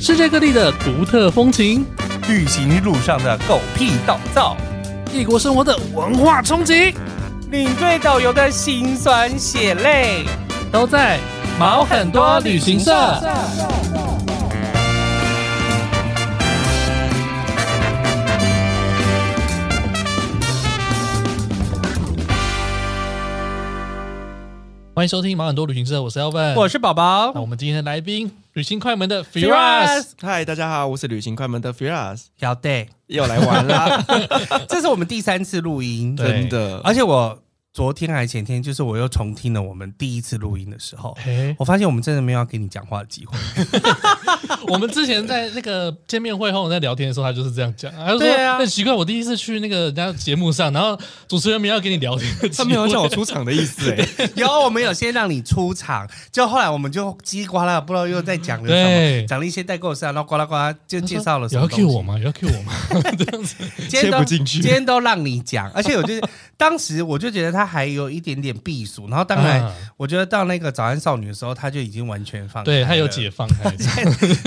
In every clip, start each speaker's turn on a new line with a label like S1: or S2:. S1: 世界各地的独特风情，
S2: 旅行路上的狗屁倒灶，
S1: 异国生活的文化冲击，
S2: 领队导游的辛酸血泪，
S1: 都在毛哦很多旅行社。欢迎收听毛很多旅行社，我是 Elvin，
S2: 我是宝
S1: 那
S2: 宝
S1: 我。们今天的来宾，旅行快门的 Firas
S2: Firas。
S3: 嗨，大家好，我是旅行快门的 Firas，
S2: 要对，
S3: 又来玩 啦，
S2: 这是我们第三次录音，
S1: 对
S3: 真的，
S2: 而且我昨天还前天，就是我又重听了我们第一次录音的时候，
S1: 嘿，
S2: 我发现我们真的没有要给你讲话的机会。
S1: 我们之前在那个见面会后，我在聊天的时候，他就是这样讲，他就说
S2: 对：“啊
S1: 很奇怪，我第一次去那个人家节目上，然后主持人没有要跟你聊天的机
S3: 他
S1: 会，
S3: 没有叫我出场的意思哎、
S2: 有，我们有先让你出场，就后来我们就叽里呱啦，不知道又在讲了什
S1: 对
S2: 么，讲了一些代购事啊，然后呱啦呱啦就
S1: 他说
S2: 介绍了什
S1: 有
S2: 么
S1: 要
S2: 东西。
S1: cue 我吗？有要 cue 我吗？这样子，
S2: 今天都
S3: 切不进去
S2: 今天都让你讲，而且 我就是当时我就觉得他还有一点点避暑，然后当 然
S1: 啊，
S2: 我觉得到那个早安少女的时候，他就已经完全放
S1: 对
S2: 开
S1: 他有
S2: 了
S1: 解放开，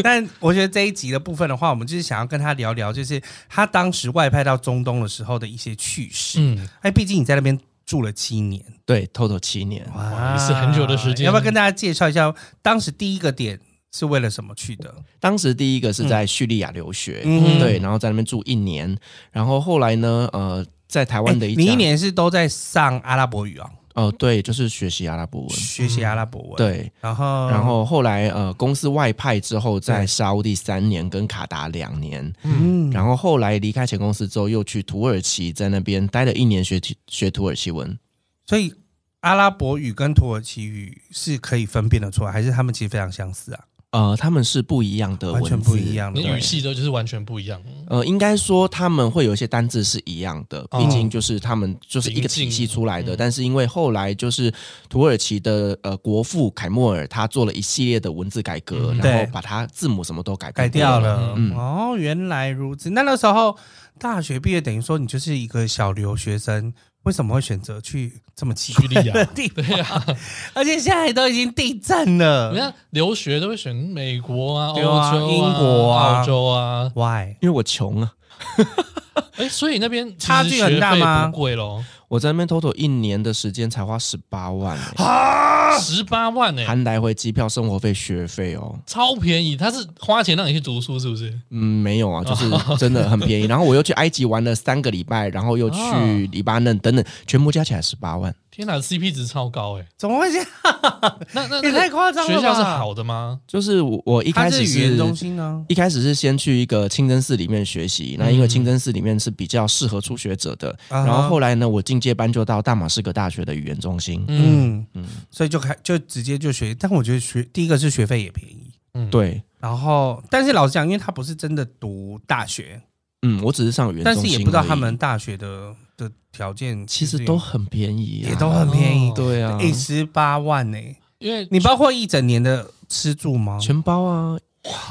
S2: 但我觉得这一集的部分的话，我们就是想要跟他聊聊，就是他当时外派到中东的时候的一些趣事。
S1: 嗯，
S2: 哎，毕竟你在那边住了七年，
S3: 对，透透七年，
S1: 哇也是很久的时间
S2: 要不要跟大家介绍一下，当时第一个点是为了什么去的？
S3: 当时第一个是在叙利亚留学，
S2: 嗯
S3: 对，然后在那边住一年，然后后来呢，呃，在台湾的一
S2: 哎
S3: 家，
S2: 你一年是都在上阿拉伯语哦，
S3: 哦、对，就是哦学习阿拉伯文，
S2: 学习阿拉伯文。，
S3: 对，
S2: 然后
S3: 然后后来呃，公司外派之后，在
S2: 对
S3: 沙乌地三年，跟卡达两年，
S2: 嗯，
S3: 然后后来离开前公司之后，又去土耳其，在那边待了一年学学土耳其文，
S2: 所以阿拉伯语跟土耳其语是可以分辨得出来，还是他们其实非常相似啊？
S3: 呃，他们是不一样的呃文
S2: 完全
S3: 字，
S2: 不一。样的
S1: 那语系都就是完全不一样，
S3: 呃，应该说他们会有一些单字是一样的，
S1: 哦
S3: 毕竟就是他们就是一个体系出来
S2: 嗯
S3: 的。但是因为后来就是土耳其的呃国父凯末尔他做了一系列的文字改革，
S1: 嗯
S3: 然后
S2: 对
S3: 把它字母什么都改
S2: 改掉了。
S3: 嗯
S2: 哦，原来如此。那那时候大学毕业，等于说你就是一个小留学生，为什么会选择去这么奇
S1: 叙
S2: 怪
S1: 利亚
S2: 的。地方？
S1: 对啊，
S2: 而且现在都已经地震了
S1: 人家留学都会选美国啊、欧
S2: 对啊
S1: 洲、
S2: 英国啊
S1: 澳洲啊，
S2: ，Why？
S3: 因为我穷啊，
S1: 哎，所以那边其实
S2: 差距很大
S1: 学费
S2: 吗
S1: 不贵咯，
S3: 我在那边 total 一年的时间才花十八万、欸，
S2: 啊
S1: 十八万呢，
S3: 含来回机票、生活费、学费哦。
S1: 超便宜。他是花钱让你去读书，是不是？
S3: 嗯，没有啊，就是
S2: 哦
S3: 真的很便宜。然后我又去埃及玩了三个礼拜，然后又
S1: 哦
S3: 去黎巴嫩等等，全部加起来十八万。
S1: 天哪，CP 值超高哎！
S2: 怎么会这样？
S1: 那那
S2: 也
S1: 那个
S2: 太夸张了吧
S1: 学校是好的吗？
S3: 就是我我一
S2: 它
S3: 开
S2: 是
S3: 始
S2: 语言中心啊呢、
S3: 一开始是先去一个清真寺里面学习，那因为清真寺里面是比较适合初学者的。
S2: 嗯啊哈
S3: 然后后来呢，我进阶班就到大马士革大学的语言中心。
S1: 嗯
S2: 嗯嗯，所以就开就直接就学。但我觉得学第一个是学费也便宜，
S1: 嗯，
S3: 对，
S2: 然后但是老实讲，因为他不是真的读大学，
S3: 嗯，我只是上语言
S2: 但
S3: 中心
S2: 是
S3: 而
S2: 也
S3: 已，
S2: 不知道他们大学的的条件
S3: 其实
S2: 也
S3: 都很便宜、啊，
S2: 也都很便宜
S1: 哦，
S3: 对啊，
S2: 哎，十八万呢、
S1: 因为
S2: 你包括一整年的吃住吗？
S3: 全包啊。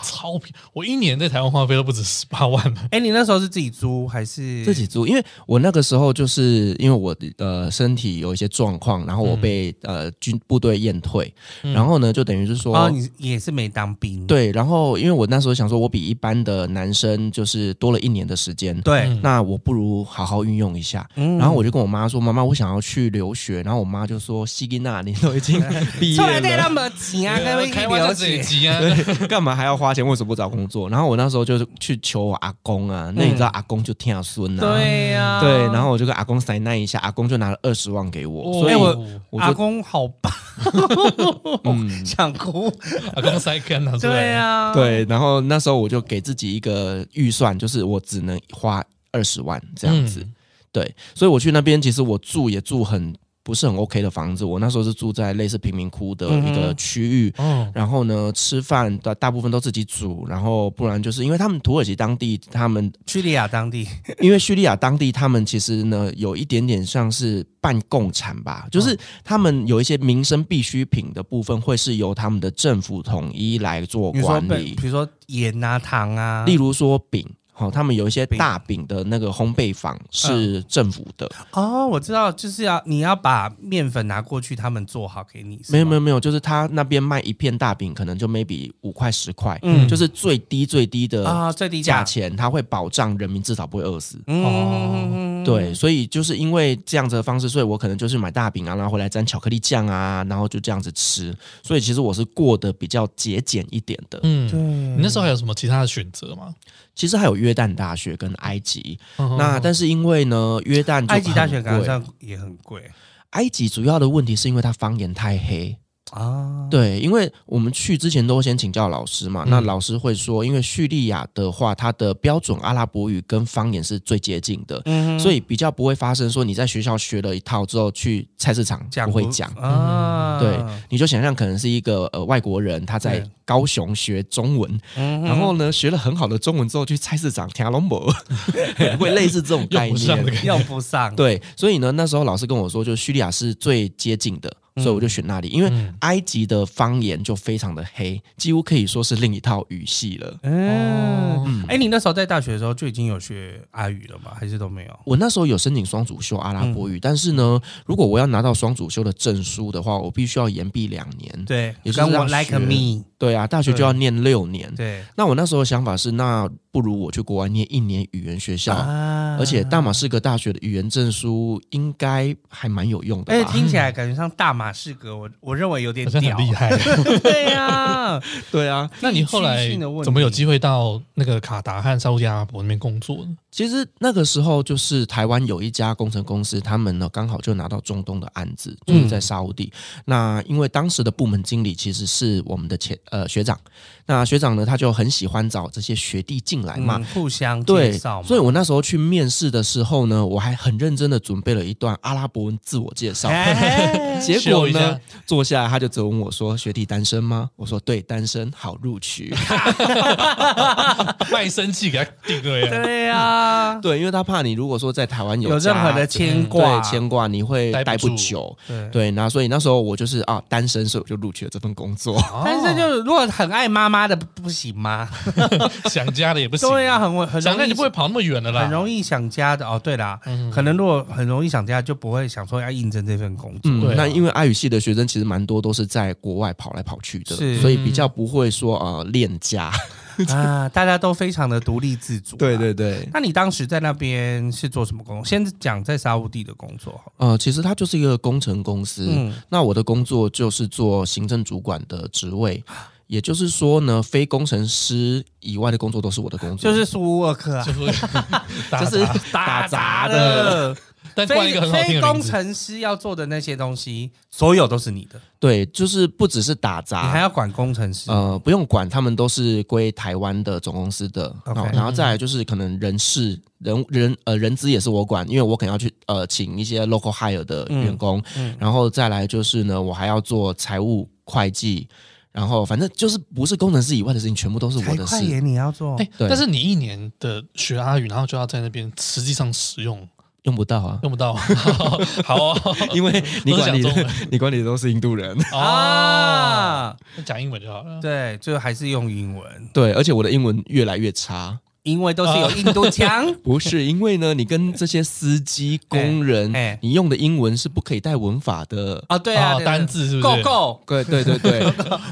S1: 超便宜，我一年在台湾花费都不止十八万了。
S2: 哎、你那时候是自己租还是
S3: 自己租，因为我那个时候就是因为我呃身体有一些状况，然后我被、
S2: 嗯
S3: 呃军部队验退，
S1: 嗯
S3: 然后呢就等于是说，
S2: 哦，你也是没当兵。
S3: 对，然后因为我那时候想说，我比一般的男生就是多了一年的时间，
S2: 对，
S1: 嗯
S3: 那我不如好好运用一下。
S2: 嗯
S3: 然后我就跟我妈说：“妈妈，我想要去留学。”然后我妈就说：“西吉娜，你都 已经毕
S2: 出来
S3: 业
S2: 再那
S3: 了，
S2: 么急啊，
S1: 对啊
S2: 跟
S1: 开
S2: 不
S1: 玩笑
S2: 了
S1: 自己
S2: 解。
S1: 急啊！
S3: 干嘛还要花钱？为什么不找工作？”然后我那时候就是去求我阿公啊，那你知道阿公就听孙啊，
S2: 嗯对呀、
S3: 对然后我就跟阿公塞奈一下，阿公就拿了二十万给我，
S1: 哦
S3: 所以
S2: 哎
S3: 我
S2: 我
S3: 我
S2: 阿
S3: 就
S2: 公好棒，想哭。
S1: 阿公塞干拿出来，
S2: 对啊，，
S3: 嗯 对，然后那时候我就给自己一个预算，就是我只能花二十万这样子。
S1: 嗯
S3: 对，所以我去那边，其实我住也住很不是很 OK 的房子，我那时候是住在类似贫民窟的一个区域。
S1: 哦，
S3: 然后呢，吃饭大大部分都自己煮，然后不然就是因为他们土耳其当地，他们
S2: 叙利亚当地，
S3: 因为叙利亚当地，他们其实呢有一点点像是半共产吧，就是他们有一些民生必需品的部分会是由他们的政府统一来做
S2: 比如说
S3: 管
S2: 被
S3: 理
S2: 比，如说盐啊、糖啊，
S3: 例如说饼。好、他们有一些大饼的那个烘焙坊是政府的，
S2: 哦，我知道，就是要你要把面粉拿过去，他们做好给你。
S3: 没有没
S2: 有，
S3: 有没有，就是他那边卖一片大饼，可能就 maybe 五块十块，
S2: 嗯
S3: 就是最低最低的
S2: 啊，最低
S3: 价，钱，他会保障人民至少不会饿死。
S2: 嗯，
S3: 对，所以就是因为这样子的方式，所以我可能就是买大饼啊，然后回来沾巧克力酱啊，然后就这样子吃。所以其实我是过得比较节俭一点的。
S1: 嗯，
S2: 对
S1: 你那时候还有什么其他的选择吗？
S3: 其实还有约旦大学跟埃及，
S1: 嗯
S3: 那但是因为呢，约旦就
S2: 埃及大学
S3: 很
S2: 感觉
S3: 贵
S2: 上也很贵
S3: 埃及主要的问题是因为它方言太黑。
S2: 啊。
S3: 对，因为我们去之前都会先请教老师嘛，那老师会说，因为叙利亚的话，它的标准阿拉伯语跟方言是最接近的，
S2: 嗯
S3: 所以比较不会发生说你在学校学了一套之后去菜市场不会讲。
S2: 啊，
S3: 对，你就想象可能是一个呃外国人，他在
S2: 对
S3: 高雄学中文，
S2: 嗯哼
S3: 然后呢学了很好的中文之后去菜市场听龙博，会类似这种概
S1: 用不上的
S3: 念
S1: 感。觉
S2: 用不上，
S3: 对，所以呢，那时候老师跟我说，就是叙利亚是最接近的，所以我就选那里，因为
S1: 嗯
S3: 埃及的方言就非常的黑，几乎可以说是另一套语系了。
S2: 嗯，
S1: 哦，
S2: 哎，你那时候在大学的时候就已经有学阿语了吗？还是都没有？
S3: 我那时候有申请双主修阿拉伯
S2: 嗯
S3: 语，但是呢，如果我要拿到双主修的证书的话，我必须要延毕两年。
S2: 对，
S3: 也就是
S2: 跟我
S3: 要学
S2: like me，
S3: 对啊，大学就要念六年。
S2: 对
S3: 那我那时候的想法是，那不如我去国外念一年语言学校，
S2: 啊
S3: 而且大马士革大学的语言证书应该还蛮有用
S2: 而
S3: 的
S2: 且
S3: 吧？
S2: 哎听起来感觉像大马士革，我我认为有点
S1: 好像
S2: 屌
S1: 很，厉害。
S2: 对 呀，
S3: 对啊，
S1: 那你后来
S2: 地区性的问题
S1: 怎么有机会到那个卡达和沙烏地阿拉伯那边工作呢？
S3: 其实那个时候就是台湾有一家工程公司，他们呢刚好就拿到中东的案子，就是在沙乌地。
S2: 嗯
S3: 那因为当时的部门经理其实是我们的前呃学长，那学长呢他就很喜欢找这些学弟进来嘛。
S2: 嗯，互相介
S3: 对，
S2: 绍嘛，
S3: 所以我那时候去面试的时候呢，我还很认真的准备了一段阿拉伯文自我介绍。
S2: 哎
S3: 结果
S1: 秀一
S3: 呢
S1: 下，
S3: 坐下来他就责问我说：“学弟单身吗？”我说：“对，单身，好录取。”
S1: 卖身契给他定位啊，
S2: 对呀，
S3: 对，因为他怕你如果说在台湾
S2: 有
S3: 家
S2: 任何的牵挂，
S3: 对牵挂，你会
S1: 待不
S3: 待不
S1: 住
S3: 久。
S2: 对。
S3: 对，那所以那时候我就是啊单身，所以我就录取了这份工作。
S2: 但是就如果很爱妈妈的不不行吗？
S1: 想家的也不行，
S2: 对呀，很容很
S1: 想
S2: 容
S1: 家
S2: 易
S1: 你不会跑那么远的啦，
S2: 很容易想家的哦。对啦，
S1: 嗯
S2: 可能如果很容易想家，就不会想说要应征这份工作。
S3: 嗯
S1: 对，啊
S3: 那因为阿语系的学生其实蛮多都是在国外跑来跑去的
S2: 是，
S3: 所以比较不会说呃恋家。
S2: 啊，大家都非常的独立自主、
S3: 对。对对。
S2: 那你当时在那边是做什么工作？先讲在沙乌地的工作好了。
S3: 呃，其实它就是一个工程公司。
S2: 嗯
S3: 那我的工作就是做行政主管的职位，也就是说呢，非工程师以外的工作都是我的工作。
S2: 就是苏沃克啊
S1: 就， 是打
S3: 就是
S1: 杂
S2: 打杂
S3: 杂
S2: 的，
S1: 但冠一
S2: 非
S1: 个很好听
S2: 非
S1: 的名
S2: 工
S1: 字，
S2: 程师要做的那些东西，所有都是你的，
S3: 对，就是不只是打
S1: 啊
S2: 你还
S3: 杂，
S2: 要管工程师。
S3: 呃，不用管，他们都是归台湾的总公司的。
S2: OK
S3: 好然后再来就是可能人事、人人呃人资也是我管，因为我可能要去呃请一些 local hire 的员工，
S2: 嗯
S3: 然后再来就是呢，我还要做财务、会计。然后，反正就是不是工程师以外的事情，全部都是我
S2: 财
S3: 的
S2: 会
S3: 事。
S2: 也你要做，
S1: 哎，
S3: 对
S1: 但是你一年的学阿语，然后就要在那边实际上使用，
S3: 用不到啊，
S1: 用不 到，好哦，
S3: 因为你管
S1: 都是讲
S3: 理
S1: 中
S3: 的 你管理的都是印度人，
S1: 哦，
S2: 啊，
S1: 那讲英文就好了。
S2: 对，就还是用英文，
S3: 对，而且我的英文越来越差，
S2: 因为都是有印度 腔。
S3: 不是因为呢，你跟这些司机、工人
S2: 哎哎，
S3: 你用的英文是不可以带文法的。
S2: 哦，对啊，
S1: 哦
S2: 对对
S1: 单字是不
S2: 够
S1: 是
S2: 够
S3: 对对对 对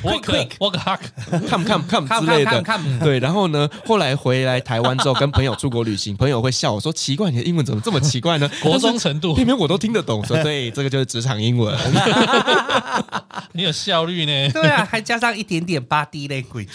S1: Work work hack，
S3: 看看看
S2: 看
S3: 之类
S2: 看
S3: 的，
S2: 看看
S3: 对。然后呢，后来回来台湾之后，跟朋友出国旅行，朋友会笑我说：“奇怪，你的英文怎么这么奇怪呢？”
S1: 国
S3: 但
S1: 中
S3: 是
S1: 程度，
S3: 偏偏我都听得懂，说对，这个就是职场英文。
S1: 你有效率呢。
S2: 对啊，还加上一点点 body language，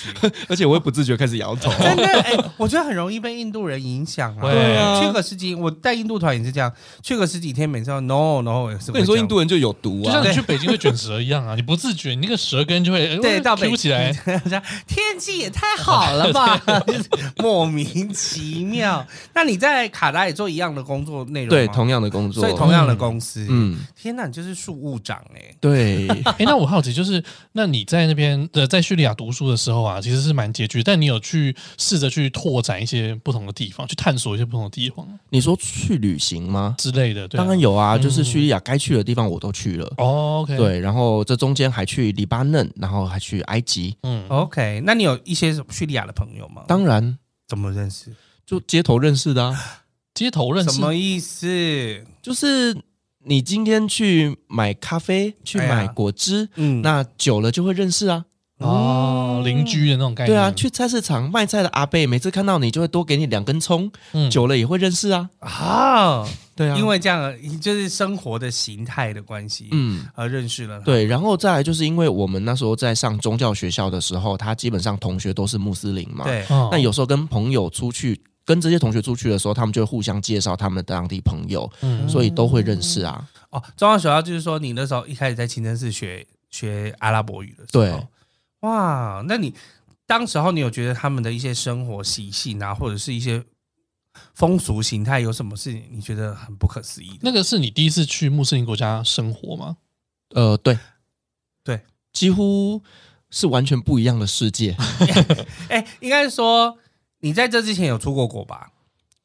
S3: 而且我会不自觉开始摇头。
S2: 真的哎、我觉得很容易被印度人影响啊。
S1: 会对
S3: 啊
S2: 去个十几，我带印度团也是这样，去个十几天，每次都 no no，也是会
S3: 我跟你
S2: 这
S3: 说，
S2: 样
S3: 印度人就有毒
S1: 就
S3: 啊
S1: 像！你去北京会卷舌一样啊，你不自觉，你那个舌根就会
S2: 对到北
S1: 凸起来。
S2: 天气也太好了 吧，就是 莫名其妙。那你在卡达也做一样的工作内容
S3: 对，
S2: 吗
S3: 同样的工作，
S2: 所以同样的公司，嗯，
S3: 嗯，
S2: 天哪，你就是庶务长哎、
S3: 对，
S1: 哎，那我好奇就是，那你在那边呃，在叙利亚读书的时候啊，其实是蛮拮据，但你有去试着去拓展一些不同的地方，去探索一些不同的地方
S3: 你说去旅行吗？
S1: 之类的。对啊，
S3: 当然有啊，
S1: 嗯
S3: 就是叙利亚该去的地方我都去了。
S1: 哦，OK，，
S3: 对，然后这中间还去黎巴嫩，然后还去埃及。
S1: 嗯，
S2: OK，那你有一些什么叙利亚的朋友吗？
S3: 当然，
S2: 怎么认识？
S3: 就街头认识的啊，
S1: 街头认
S2: 什
S1: 识
S2: 么意思？
S3: 就是你今天去买咖啡，去
S2: 哎呀
S3: 买果汁，
S2: 嗯
S3: 那久了就会认识啊。
S1: 哦，邻居的那种概念。
S3: 对啊，去菜市场卖菜的阿贝，每次看到你就会多给你两根葱，
S1: 嗯
S3: 久了也会认识啊。
S2: 啊，
S3: 对啊，
S2: 因为这样而就是生活的形态的关系，
S3: 嗯。
S2: 而认识了他。
S3: 对，然后再来就是因为我们那时候在上宗教学校的时候，他基本上同学都是穆斯林嘛，
S2: 对，
S1: 哦
S3: 那有时候跟朋友出去，跟这些同学出去的时候，他们就会互相介绍他们的当地朋友，
S1: 嗯
S3: 所以都会认识啊。
S2: 哦，中央学校就是说，你那时候一开始在清真寺学学阿拉伯语的时候
S3: 对，
S2: 哇，那你当时候你有觉得他们的一些生活习性啊，或者是一些风俗形态，有什么是你觉得很不可思议的？
S1: 那个是你第一次去穆斯林国家生活吗？
S3: 呃，对，
S2: 对，
S3: 几乎是完全不一样的世界。
S2: 哎、应该说你在这之前有出过国吧？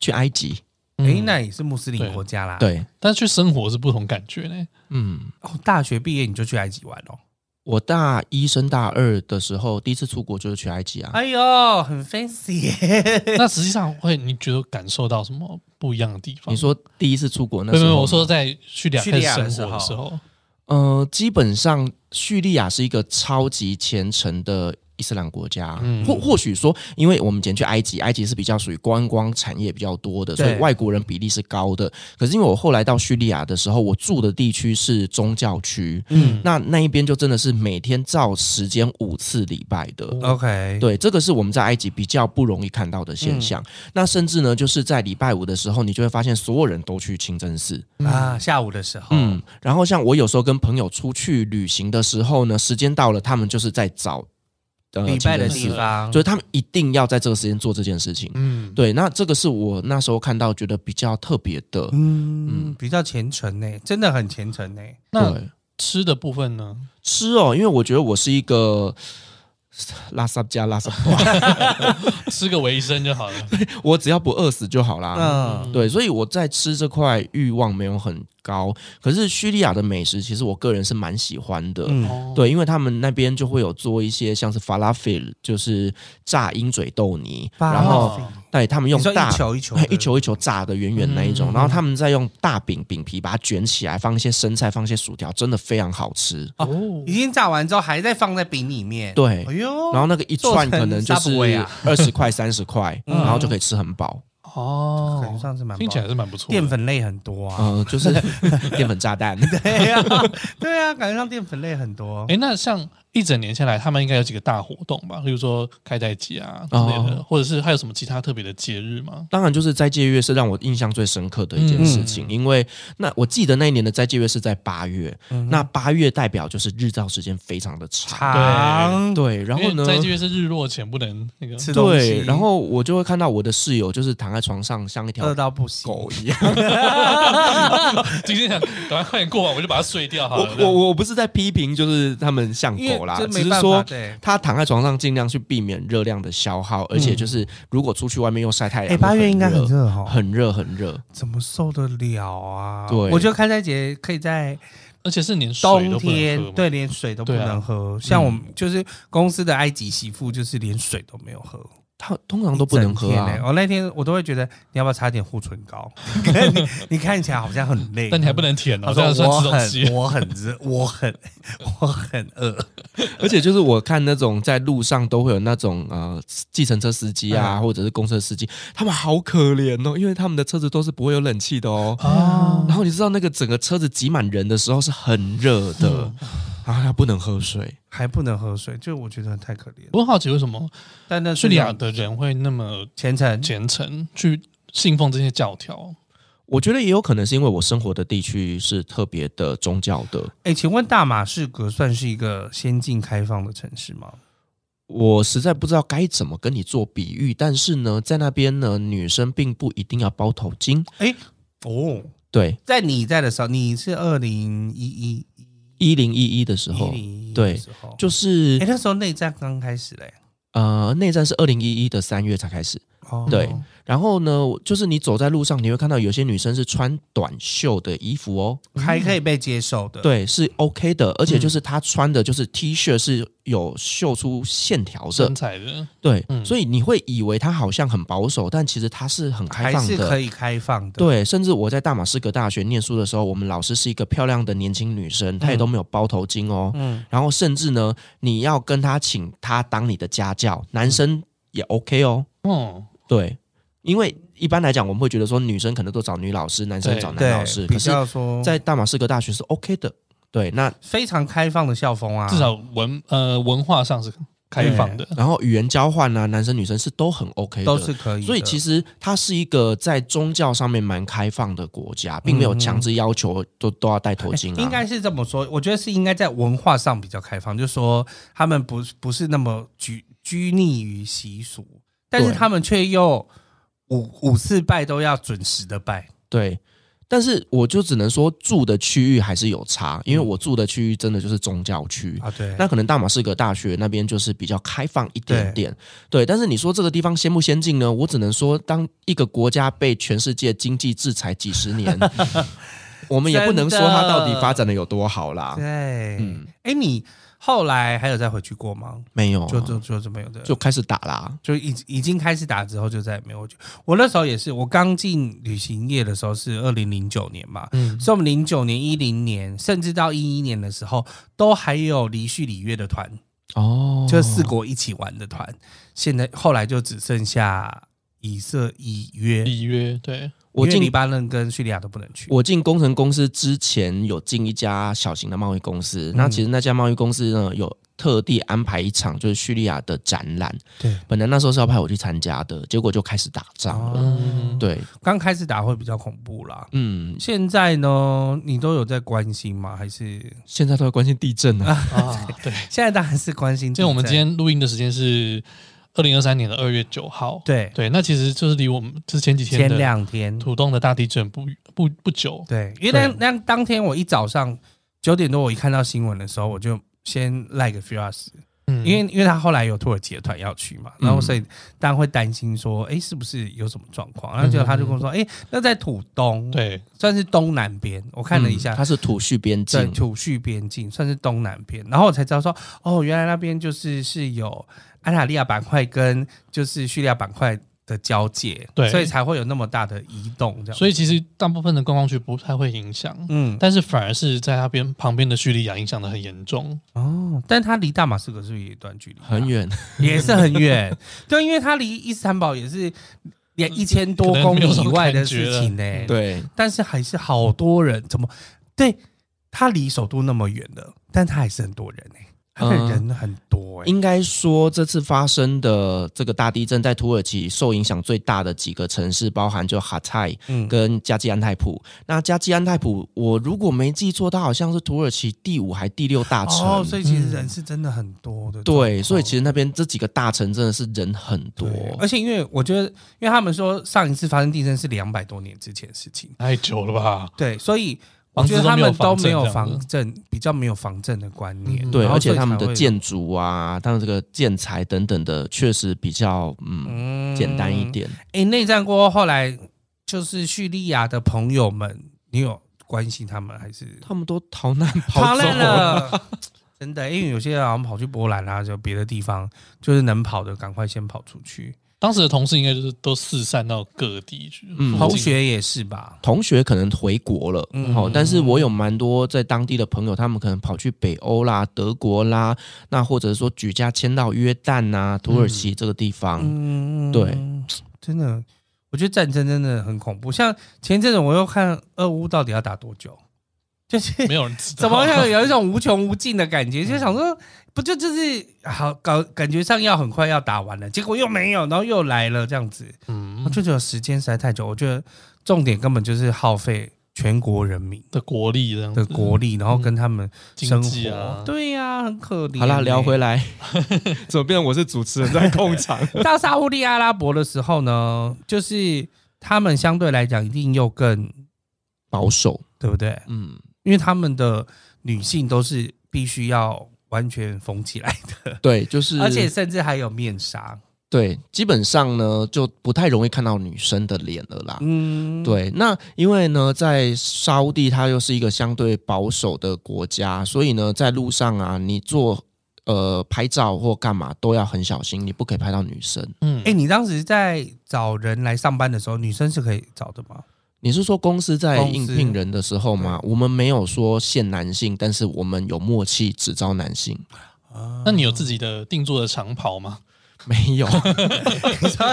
S3: 去埃及，
S2: 哎、
S1: 嗯
S2: 那也是穆斯林
S1: 对
S2: 国家啦。，
S3: 对，
S1: 但是去生活是不同感觉 呢。
S3: 嗯，
S2: 哦，大学毕业你就去埃及玩哦。
S3: 我大一升大二的时候，第一次出国就是去埃及啊。
S2: 哎呦，很 fancy 耶
S1: 那实际上会你觉得感受到什么不一样的地方？
S3: 你说第一次出国那
S1: 没有
S3: 时
S1: 没
S3: 候吗，
S1: 有，我说在叙利亚
S2: 叙
S1: 开
S2: 利
S1: 始
S2: 亚的
S1: 生活的
S2: 时
S1: 时
S2: 候
S1: 候，
S3: 呃，基本上叙利亚是一个超级虔诚的伊斯兰国家，
S1: 嗯
S3: 或或许说，因为我们以前去埃及，埃及是比较属于观光产业比较多的，所以
S2: 对
S3: 外国人比例是高的。可是因为我后来到叙利亚的时候，我住的地区是宗教区，
S1: 嗯
S3: 那那一边就真的是每天照时间五次礼拜的。
S2: ！OK，
S3: 嗯
S2: 嗯
S3: 对，这个是我们在埃及比较不容易看到的现象。那甚至呢，就是在礼拜五的时候，你就会发现所有人都去清真寺。
S2: 啊，下午的时候，
S3: 嗯，然后像我有时候跟朋友出去旅行的时候呢，时间到了，他们就是在找呃
S2: 礼拜的
S3: 清
S2: 地
S3: 真寺
S2: 方，
S3: 所以他们一定要在这个时间做这件事情。
S1: 嗯，
S3: 对，那这个是我那时候看到觉得比较特别的。
S2: 嗯，比较虔诚呢，真的很虔诚呢。
S1: 那
S3: 对，
S1: 吃的部分呢？
S3: 吃哦，因为我觉得我是一个 拉萨加 拉萨，
S1: 吃个维生就好 了。
S3: 我只要不饿死就好啦。
S2: 嗯，
S3: 啊对，所以我在吃这块欲望没有很高，可是叙利亚的美食其实我个人是蛮喜欢的。
S2: 嗯
S1: 哦，
S3: 对，因为他们那边就会有做一些像是 falafel，就是炸鹰嘴豆泥，然后
S2: 巴拉菲
S3: 对他们用
S2: 哦你说
S3: 大
S2: 一球一球
S3: 哎
S2: 的，
S3: 一球一球炸的圆圆那一种，
S1: 嗯
S3: 然后他们再用大饼饼皮把它卷起来，放一些生菜，放一些薯条，真的非常好吃。
S1: 哦
S2: 已经炸完之后还在放在饼里面。，
S3: 对
S2: 哎，呦，
S3: 然后那个一
S2: 做
S3: 串
S2: 成
S3: 可能就是
S2: Subway 啊
S3: 二十块三十块，
S2: 嗯
S3: 然后就可以吃很饱。
S2: 感觉
S1: 哦，
S2: 上是蛮
S1: 听起来是蛮不错的。
S2: 淀粉类很多啊。
S3: 呃，就是 淀粉炸弹。
S2: 对啊，对啊，感觉上淀粉类很多。
S1: 哎，那像一整年下来，他们应该有几个大活动吧？例如说开斋节啊之类的，
S3: 哦
S1: 或者是还有什么其他特别的节日吗？
S3: 当然，就是斋戒月是让我印象最深刻的一件事
S2: 嗯
S3: 情，因为那我记得那一年的斋戒月是在八月，
S2: 嗯
S3: 那八月代表就是日照时间非常的长，
S2: 长
S3: 对，然后
S1: 因为
S3: 呢？
S1: 斋戒月是日落前不能那个，
S2: 吃东西，
S3: 对，然后我就会看到我的室友就是躺在床上像一条
S2: 饿到不行。
S3: 狗一样。
S1: 今天想赶快快点过完，我就把它碎掉好
S3: 我
S1: 了。
S3: 我我不是在批评，就是他们像
S2: 因为
S3: 狗啦
S2: 这，
S3: 只
S2: 没
S3: 是
S2: 办法
S3: 说
S2: 对。
S3: 他躺在床上尽量去避免热量的消耗，而且就是如果出去外面又晒太
S2: 嗯
S3: 阳，
S2: 哎，八月应该很热
S3: 热，
S2: 哦，
S3: 很热很热。
S2: 怎么受得了啊？
S3: 对
S2: 我觉得开斋节可以在
S1: 而且是连水
S2: 冬
S1: 都不能喝
S2: 天
S1: 嘛，
S2: 对，连水都不
S1: 对啊
S2: 能喝。像我
S3: 嗯
S2: 们就是公司的埃及媳妇，就是连水都没有喝，
S3: 他通常都不能喝
S2: 一整
S3: 啊
S2: 天欸。我那天我都会觉得，你要不要擦点护唇 膏？你你看起来好像很累，
S1: 但你还不能舔
S2: 他
S1: 哦，这
S2: 说
S1: 样算
S2: 我
S1: 吃东西
S2: 很我很热，我很我很饿。
S3: 而且就是我看那种在路上都会有那种呃计程车司机
S2: 嗯
S3: 啊，或者是公车司机，他们好可怜哦，因为他们的车子都是不会有冷气的哦。
S1: 啊。
S3: 然后你知道那个整个车子挤满人的时候是很热的，
S2: 嗯
S3: 然后他不能喝水。
S2: 还不能喝水，就我觉得太可怜了。
S1: 我很好奇，为什么
S2: 但那是
S1: 叙利亚的人会那么
S2: 虔诚，
S1: 虔诚去信奉这些教条？
S3: 我觉得也有可能是因为我生活的地区是特别的宗教的。
S2: 哎，请问大马士革算是一个先进开放的城市吗？
S3: 我实在不知道该怎么跟你做比喻，但是呢，在那边呢，女生并不一定要包头巾。
S2: 哎，哦，
S3: 对，
S2: 在你在的时候，你是二零一一
S3: 一零一一的时
S2: 一
S3: 候，
S2: 零一
S3: 对
S2: 时候，
S3: 就是
S2: 哎、那时候内战刚开始嘞、
S3: 呃，内战是二零一一的三月才开始，
S2: 哦
S3: 对然后呢，我就是你走在路上，你会看到有些女生是穿短袖的衣服哦，
S2: 还可以被接受的。，
S3: 对，是 OK 的，而
S2: 嗯
S3: 且就是她穿的就是 T 恤是有绣出线条的
S1: 身，材的，
S3: 对，
S1: 嗯
S3: 所以你会以为她好像很保守，但其实她是很开
S2: 还
S3: 放
S2: 是可
S3: 的。
S2: 以开放的。
S3: 对，甚至我在大马士革大学念书的时候，我们老师是一个漂亮的年轻女生，她也都没有包头巾哦。
S2: 嗯，
S3: 然后甚至呢，你要跟她请她当你的家教，男生也 OK 哦。
S1: 哦，
S3: 对，因为一般来讲，我们会觉得说女生可能都找女老师，男生
S1: 对
S3: 找男老师。
S2: 对，
S3: 可
S2: 比
S3: 是，
S2: 较嗯说
S3: 在大马士革大学是 OK 的。对，那
S2: 非常开放的校风啊，
S1: 至少文呃文化上是开放的，
S3: 然后语言交换啊，男生女生是都很 OK 的。
S2: 都是可以的。
S3: 所以其实它是一个在宗教上面蛮开放的国家，并没有强制要求都都要戴头巾啊。
S2: 嗯哎应该是这么说，我觉得是应该在文化上比较开放，就是说他们不不是那么拘拘泥于习俗，但是
S3: 对
S2: 他们却又五五次拜都要准时的拜。
S3: 对，但是我就只能说住的区域还是有差，
S2: 嗯
S3: 因为我住的区域真的就是宗教区。
S2: 啊，对，
S3: 那可能大马士革大学那边就是比较开放一点点，对。但是你说这个地方先不先进呢？我只能说，当一个国家被全世界经济制裁几 十年，我们也不能说它到底发展的有多好啦。
S2: 对，
S3: 嗯
S2: 嗯，哎，你后来还有再回去过吗？
S3: 没有啊，
S2: 就就就这么有的，
S3: 就
S2: 就
S3: 开始打啦。
S2: 就已已经开始打之后，就再也没有回去。我那时候也是，我刚进旅行业的时候是二零零九年嘛，
S1: 嗯，
S2: 所以我们零九年、一零年，甚至到一一年的时候，都还有离续里约的团。
S3: 哦，
S2: 就四国一起玩的团，现在后来就只剩下以色以约，
S1: 里约对，
S3: 我
S2: 因为黎
S3: 进
S2: 巴嫩跟叙利亚都不能去。
S3: 我进工程公司之前，有进一家小型的贸易公司。
S2: 嗯
S3: 那其实那家贸易公司呢，有特地安排一场就是叙利亚的展览。
S2: 对，
S3: 本来那时候是要派我去参加的，结果就开始打仗
S2: 哦
S3: 了。
S1: 嗯，
S3: 对，
S2: 刚开始打会比较恐怖啦。
S3: 嗯，
S2: 现在呢，你都有在关心吗？还是
S3: 现在都在关心地震啊。
S1: 啊， 对，
S2: 现在当然是关心地震。
S1: 就我们今天录音的时间是二零二三年的二月九号，
S2: 对
S1: 对，那其实就是离我们就是前几天
S2: 前
S1: 的
S2: 两天，
S1: 土洞的大地震不不不久，
S2: 对，因为那
S1: 对
S2: 那当天我一早上九点多，我一看到新闻的时候，我就先赖给 Firas，
S1: 嗯，
S2: 因为因为他后来有土耳其的团要去嘛，然后所以当然会担心说，哎、是不是有什么状况？然后结果他就跟我说，哎、那在土东，，
S1: 嗯对
S2: 算是东南边，我看了一下，
S3: 嗯它是土叙边
S2: 在
S3: 境。
S2: 土叙边境算是东南边，然后我才知道说，哦，原来那边就是是有安塔利亚板块跟就是叙利亚板块的交界，
S1: 对
S2: 所以才会有那么大的移动这样，
S1: 所
S2: 以
S1: 以其实大部分的观光区不太会影响，
S2: 嗯，
S1: 但是反而是在那边旁边的叙利亚影响的很严重。
S2: 哦，但它离大马士革是不是有一段距离啊、
S3: 很远，
S2: 也是很 远，对，因为它离伊斯坦堡也是
S3: 嗯
S2: 连一千多公里以外的事情呢、
S3: 对，
S2: 但是还是好多人，怎么对？它离首都那么远了，但它还是很多人呢、它的
S3: 嗯
S2: 人很多哎、
S3: 应该说这次发生的这个大地震，在土耳其受影响最大的几个城市，包含就哈泰、
S2: 嗯，
S3: 跟加济安泰普。那加济安泰普，我如果没记错，它好像是土耳其第五还第六大城。
S2: 哦，所以其实
S1: 嗯
S2: 人是真的很多的。
S3: 对，所以其
S2: 实
S3: 实那边这几个大城真的是人很多。
S2: 而且因为我觉得，因为他们说上一次发生地震是两百多年之前的事情，
S1: 太久了吧？
S2: 对，所以我
S1: 房子
S2: 觉得他们都
S1: 都
S2: 没
S1: 没有
S2: 有
S1: 防
S2: 防震，比较没有防震的观念。
S1: 嗯
S3: 对，
S2: 然后
S3: 而且
S2: 所以
S3: 他们
S2: 才
S3: 的
S2: 会
S3: 建筑啊，他们这个建材等等的，确实比较嗯
S2: 嗯
S3: 简单一。点。
S2: 哎、内战过后，后来就是叙利亚的朋友们，你有关心他们还是
S3: 他们都逃难跑
S2: 跑
S3: 走
S2: 烂了？ 真的，因为有些人好像跑去波兰啊，就别的地方，就是能跑的赶快先跑出去。
S1: 当时的同事应该就是都四散到各地去，
S3: 嗯
S1: 附近
S2: 同学也是吧？
S3: 同学可能回国了，
S2: 嗯
S3: 哦，但是我有蛮多在当地的朋友，他们可能跑去北欧啦、德国啦，那或者说举家迁到约旦呐、土耳其这个地方。
S2: 嗯，
S3: 对，
S2: 真的，我觉得战争真的很恐怖。像前阵子我又看俄乌到底要打多久，就是
S1: 没有人 知道，
S2: 怎么会有一种无穷无尽的感
S3: 嗯
S2: 觉？就想说，不就就是好搞，感觉上要很快要打完了，结果又没有，然后又来了这样子，我
S1: 嗯
S2: 就觉得时间实在太久。我觉得重点根本就是耗费全国人民
S1: 的国力这样子
S2: 的国力，
S3: 嗯
S2: 然后跟他们
S1: 经
S2: 生
S1: 济
S2: 活，
S1: 啊，
S2: 对呀、很可怜欸、
S3: 好啦，聊回来，怎么变成我是主持人在控场？
S2: 到沙烏地阿拉伯的时候呢，就是他们相对来讲一定又更
S3: 保守，
S2: 对不对？
S3: 嗯，
S2: 因为他们的女性都是必须要完全缝起来的，
S3: 嗯对，就是
S2: 而且甚至还有面纱。
S3: 对，基本上呢就不太容易看到女生的脸了啦。
S2: 嗯，
S3: 对，那因为呢，在沙乌地它又是一个相对保守的国家，所以呢，在路上啊，你做呃拍照或干嘛都要很小心，你不可以拍到女生。
S1: 嗯
S2: 哎、，你当时在找人来上班的时候，女生是可以找的 吗？
S3: 你是说公司在
S2: 公司
S3: 应聘人的时候吗？我们没有说限男性，但是我们有默契只招男性，
S1: 那你有自己的定做的长袍吗？
S3: 没有。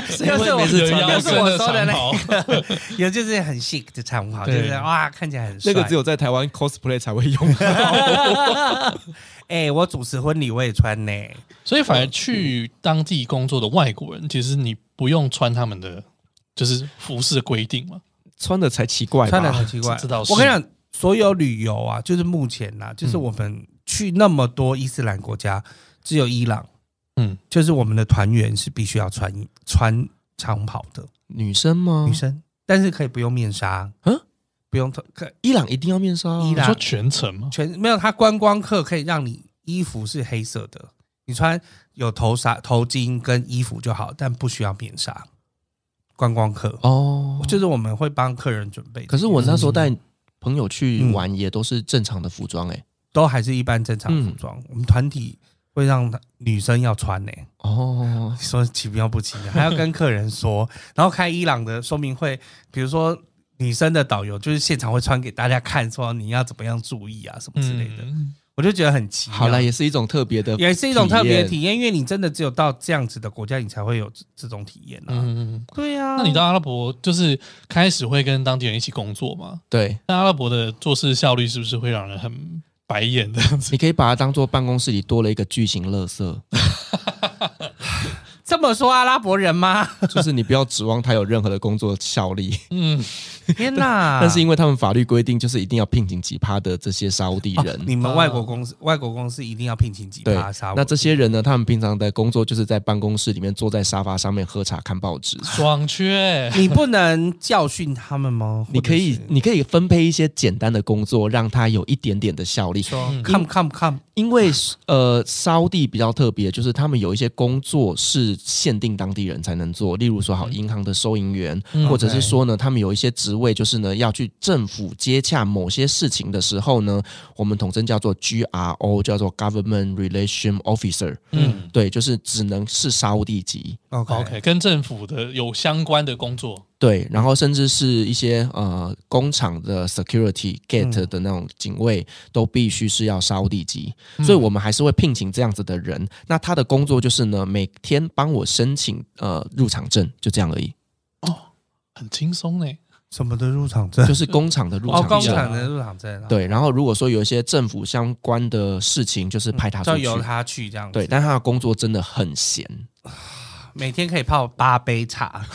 S2: 是
S3: 因为
S1: 有
S3: 每次是穿
S1: 腰
S3: 那
S2: 要
S3: 个
S2: 是
S1: 身的
S2: 我说的
S1: 长
S2: 那
S1: 袍，
S2: 有就是很 chic 的长袍，就
S1: 对
S2: 是哇，看起来很帅。
S3: 有在台湾 cosplay 才会用。
S2: 哎、我主持婚礼我也穿呢、
S1: 所以反而去当地工作的外国人，其实你不用穿他们的就是服饰的规定 嘛。
S3: 穿的才奇怪吧
S2: 穿的很奇怪。
S1: 这这倒是
S2: 我跟你讲，所有旅游啊，就是目前
S3: 嗯
S2: 呐、就是我们去那么多伊斯兰国家，只有伊朗，
S1: 嗯，
S2: 就是我们的团员是必须要穿穿长袍的
S3: 女生吗？
S2: 女生，但是可以不用面纱，
S3: 嗯
S2: 嗯，不用头可
S3: 伊朗一定要面纱啊、
S2: 伊
S1: 你
S2: 朗
S1: 说全程吗？
S2: 全没有，他观光客可以让你衣服是黑色的，你穿有头纱、头巾跟衣服就好，但不需要面纱。观光客
S3: 哦，
S2: 就是我们会帮客人准备这些，
S3: 可是我那时候带朋友去玩，也都是正常的服装哎、
S2: 都还是一般正常服装。
S3: 嗯
S2: 我们团体会让女生要穿呢、
S3: 哦，
S2: 你说奇妙不奇妙？还要跟客人说， 然后开伊朗的说明会，比如说女生的导游就是现场会穿给大家看，说你要怎么样注意啊什么之类的，
S1: 嗯，
S2: 我就觉得很奇妙。
S3: 好了，也是一种特别的，
S2: 也是一种特别的
S3: 体
S2: 体验，因为你真的只有到这样子的国家，你才会有这这种体验啊。
S1: 嗯嗯嗯
S2: 对啊，
S1: 那你到阿拉伯就是开始会跟当地人一起工作吗？
S3: 对，
S1: 那阿拉伯的做事效率是不是会让人很白眼的样子？
S3: 你可以把它当做办公室里多了一个巨型 垃圾，
S2: 这么说阿拉伯人吗？
S3: 就是你不要指望它有任何的工作效力，
S1: 嗯，
S2: 天 哪！
S3: 但是因为他们法律规定，就是一定要聘请几趴的这些沙烏地
S2: 哦
S3: 人。
S2: 你们外国公司，外国公司一定要聘请几
S3: 对
S2: 巴沙，
S3: 那这些人呢？他们平常的工作就是在办公室里面坐在沙发上面喝茶看报纸。
S1: 爽缺。
S2: 你不能教训他们吗？
S3: 你可以，你可以分配一些简单的工作，让他有一点点的效力。
S2: 说 come come come，
S3: 因为呃，沙烏地比较特别，就是他们有一些工作是限定当地人才能做，例如说好银行的收银员，
S1: 嗯
S3: 或者是
S2: OK
S3: 说呢，他们有一些职位就是呢要去政府接洽某些事情的时候呢，我们统称叫做 GRO，叫做 Government Relation Officer，
S1: 嗯
S3: 对，就是只能是沙烏地籍。
S2: OK
S1: ，OK，跟政府的有相关的工作，
S3: 对，然后甚至是一些呃工厂的 security gate
S2: 嗯
S3: 的那种警卫，都必须是要沙烏地籍，
S2: 嗯
S3: 所以我们还是会聘请这样子的人。那他的工作就是呢，每天帮我申请呃入场证，就这 样而已，
S1: 哦很轻松呢。
S2: 什么的入场证
S3: 就，是工厂的入
S2: 哦，
S3: 场
S2: 工
S1: 证
S3: 证。
S2: 厂的入场证啊，
S3: 对，然后如果说有一些政府相关的事情，就是派他出
S2: 就
S3: 去。
S2: 由他去这样子。
S3: 对，但他的工作真的 很闲，
S2: 每天可以泡八杯茶，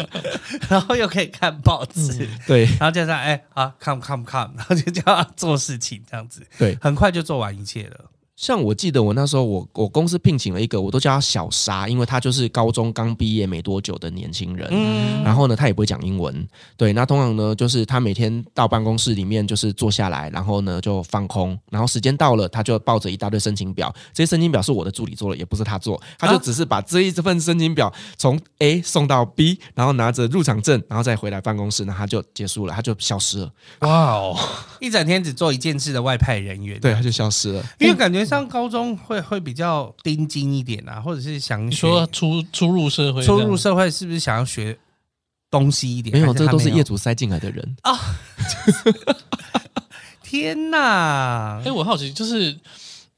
S2: 然后又可以看报纸，
S3: 对
S2: 然后加上哎啊，come come come，然后 就叫他做事情这样子，
S3: 对。
S2: 很快就做完一切了。
S3: 像我记得我那时候我我公司聘请了一个，我都叫他小沙，因为他就是高中刚毕业没多久的年轻人。
S2: 嗯，
S3: 然后呢，他也不会讲英文。对，那通常呢，就是他每天到办公室里面就是坐下来，然后呢就放空，然后时间到了，他就抱着一大堆申请表。这些申请表是我的助理做的，也不是他做，他就
S2: 啊
S3: 只是把这一这份申请表从 A 送到 B，然后拿着入场证，然后再回来办公室，那他就结束了，他就消失了。
S1: 哇哦，
S2: 一整天只做一件事的外派人员，
S3: 对，他就消失了。
S2: 因为感觉上高中会会比较盯紧一点啊，或者是想
S1: 你
S2: 学
S1: 说出出入社会这
S2: 初
S1: 样，
S2: 入社会是不是想要学东西一点？
S3: 没有，
S2: 还
S3: 这
S2: 他
S3: 都是
S2: 没有
S3: 业。主塞进来的人。
S2: 天哪
S1: 哎、！我好奇，就是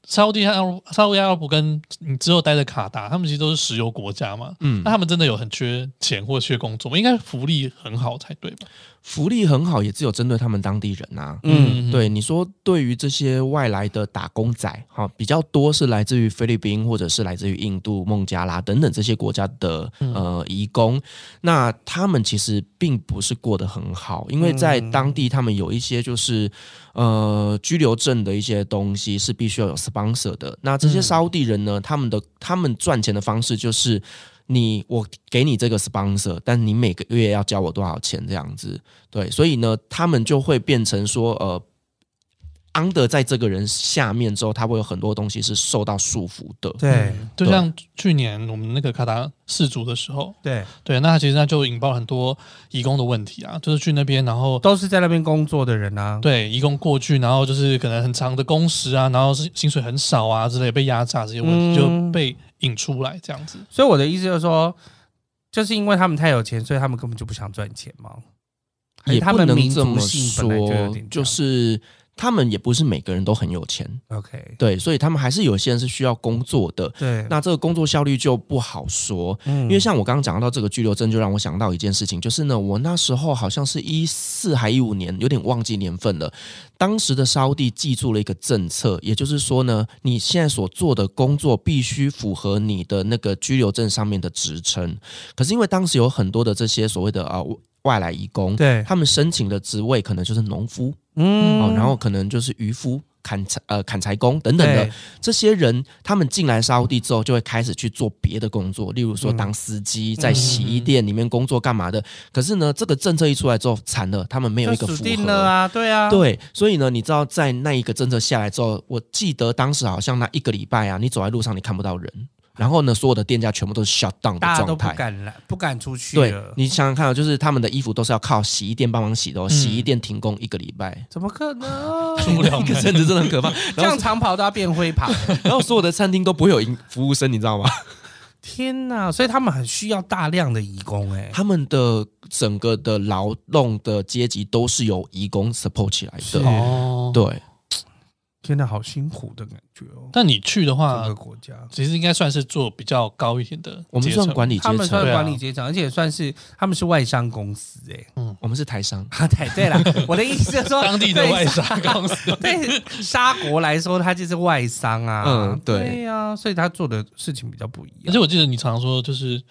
S1: 沙烏地阿拉伯沙烏地阿拉伯跟你之后待的卡达，他们其实都是石油国家嘛。
S3: 嗯
S1: 那，他们真的有很缺钱或缺工作吗？应该福利很好才对吧？
S3: 福利很好，也只有针对他们当地人啊。
S2: 嗯，
S3: 对你说，对于这些外来的打工仔，哈，比较多是来自于菲律宾或者是来自于印度、孟加拉等等这些国家的呃移工，那他们其实并不是过得很好，因为在当地他们有一些就是呃居留证的一些东西是必须要有 sponsor 的。那这些沙烏地人呢，他们的他们赚钱的方式就是。你我给你这个 sponsor，但你每个月要交我多少钱这样子？对，所以呢，他们就会变成说，呃， under 在这个人下面之后，他会有很多东西是受到束缚的。
S2: 对
S1: 就
S3: 对
S1: 像去年我们那个卡达氏族的时候，
S2: 对，
S1: 对，那其实那就引爆很多移工的问题啊，就是去那边，然后
S2: 都是在那边工作的人啊，
S1: 对移工过去，然后就是可能很长的工时啊，然后是薪水很少啊之类，被压榨这些问题、
S2: 嗯
S1: 就被引出来这样子。
S2: 所以我的意思就是说，就是因为他们太有钱，所以他们根本就不想赚钱嘛。还是
S3: 也
S2: 他
S3: 不
S2: 们
S3: 能
S2: 民
S3: 这
S2: 族
S3: 么
S2: 性本来就有点这
S3: 说
S2: 样，
S3: 就是他们也不是每个人都很有钱，
S2: OK，
S3: 对，所以他们还是有些人是需要工作的。
S2: 对，
S3: 那这个工作效率就不好说，
S2: 因
S3: 因为像我刚刚讲到这个居留证，就让我想到一件事情，就是呢，我那时候好像是一四还一五年，有点忘记年份了。当时的沙烏地记住了一个政策，也就是说呢，你现在所做的工作必须符合你的那个居留证上面的职称。可是因为当时有很多的这些所谓的啊、呃外来移工，
S2: 对，
S3: 他们申请的职位可能就是农夫
S2: 嗯
S3: 哦，然后可能就是渔夫。砍柴呃砍柴工等等的
S2: 对，
S3: 这些人，他们进来沙烏地之后，就会开始去做别的工作，例如
S2: 嗯
S3: 说当司机，在洗衣店里面工作干嘛的。可是呢，这个政策一出来之后，惨了，他们没有一个
S2: 就
S3: 符
S2: 死
S3: 合。
S2: 定了啊，对啊，
S3: 对，所以呢，你知道在那一个政策下来之后，我记得当时好像那一个礼拜啊，你走在路上你看不到人，然后呢，所有的店家全部都是 shut down 的
S2: 大家都
S3: 状
S2: 不
S3: 态。
S2: 敢来，不敢出去
S3: 对
S2: 了，
S3: 你想想看啊，就是他们的衣服都是要靠洗衣店帮忙洗
S2: 嗯
S3: 的、哦，洗衣店停工一个礼拜，
S2: 怎么可能？
S1: 出不了
S3: 一个
S1: 门
S3: 甚至真的嗯很可怕。
S2: 这
S3: 然
S2: 样
S3: 后，
S2: 长袍都要变灰 袍，
S3: 然后所有的餐厅都不会有营服务生，你知道吗？
S2: 天哪！所以他们很需要大量的义工、哎，
S3: 他们的整个的劳动的阶级都是由移工 support 起来
S2: 是
S3: 的。
S1: 哦，
S3: 对，
S2: 天哪，好辛苦的感觉哦。
S1: 但你去的
S2: 整
S1: 话
S2: 个，国家，
S1: 其实应该算是做比较高一点的阶层，
S3: 我们算管理
S2: 他
S3: 阶
S2: 们算
S3: 层，
S1: 对啊
S2: 管理阶层，而且算是他们是外商公司、哎。
S3: 我们是台商。
S2: 啊，对对了，我的意思是说，
S1: 当地的
S2: 对
S1: 外商公司。
S2: 对沙国来说，他就是外商啊，
S3: 嗯对
S2: 对呀、所以他做的事情比较不一
S1: 而且
S2: 样。
S1: 我记得你常常说，就是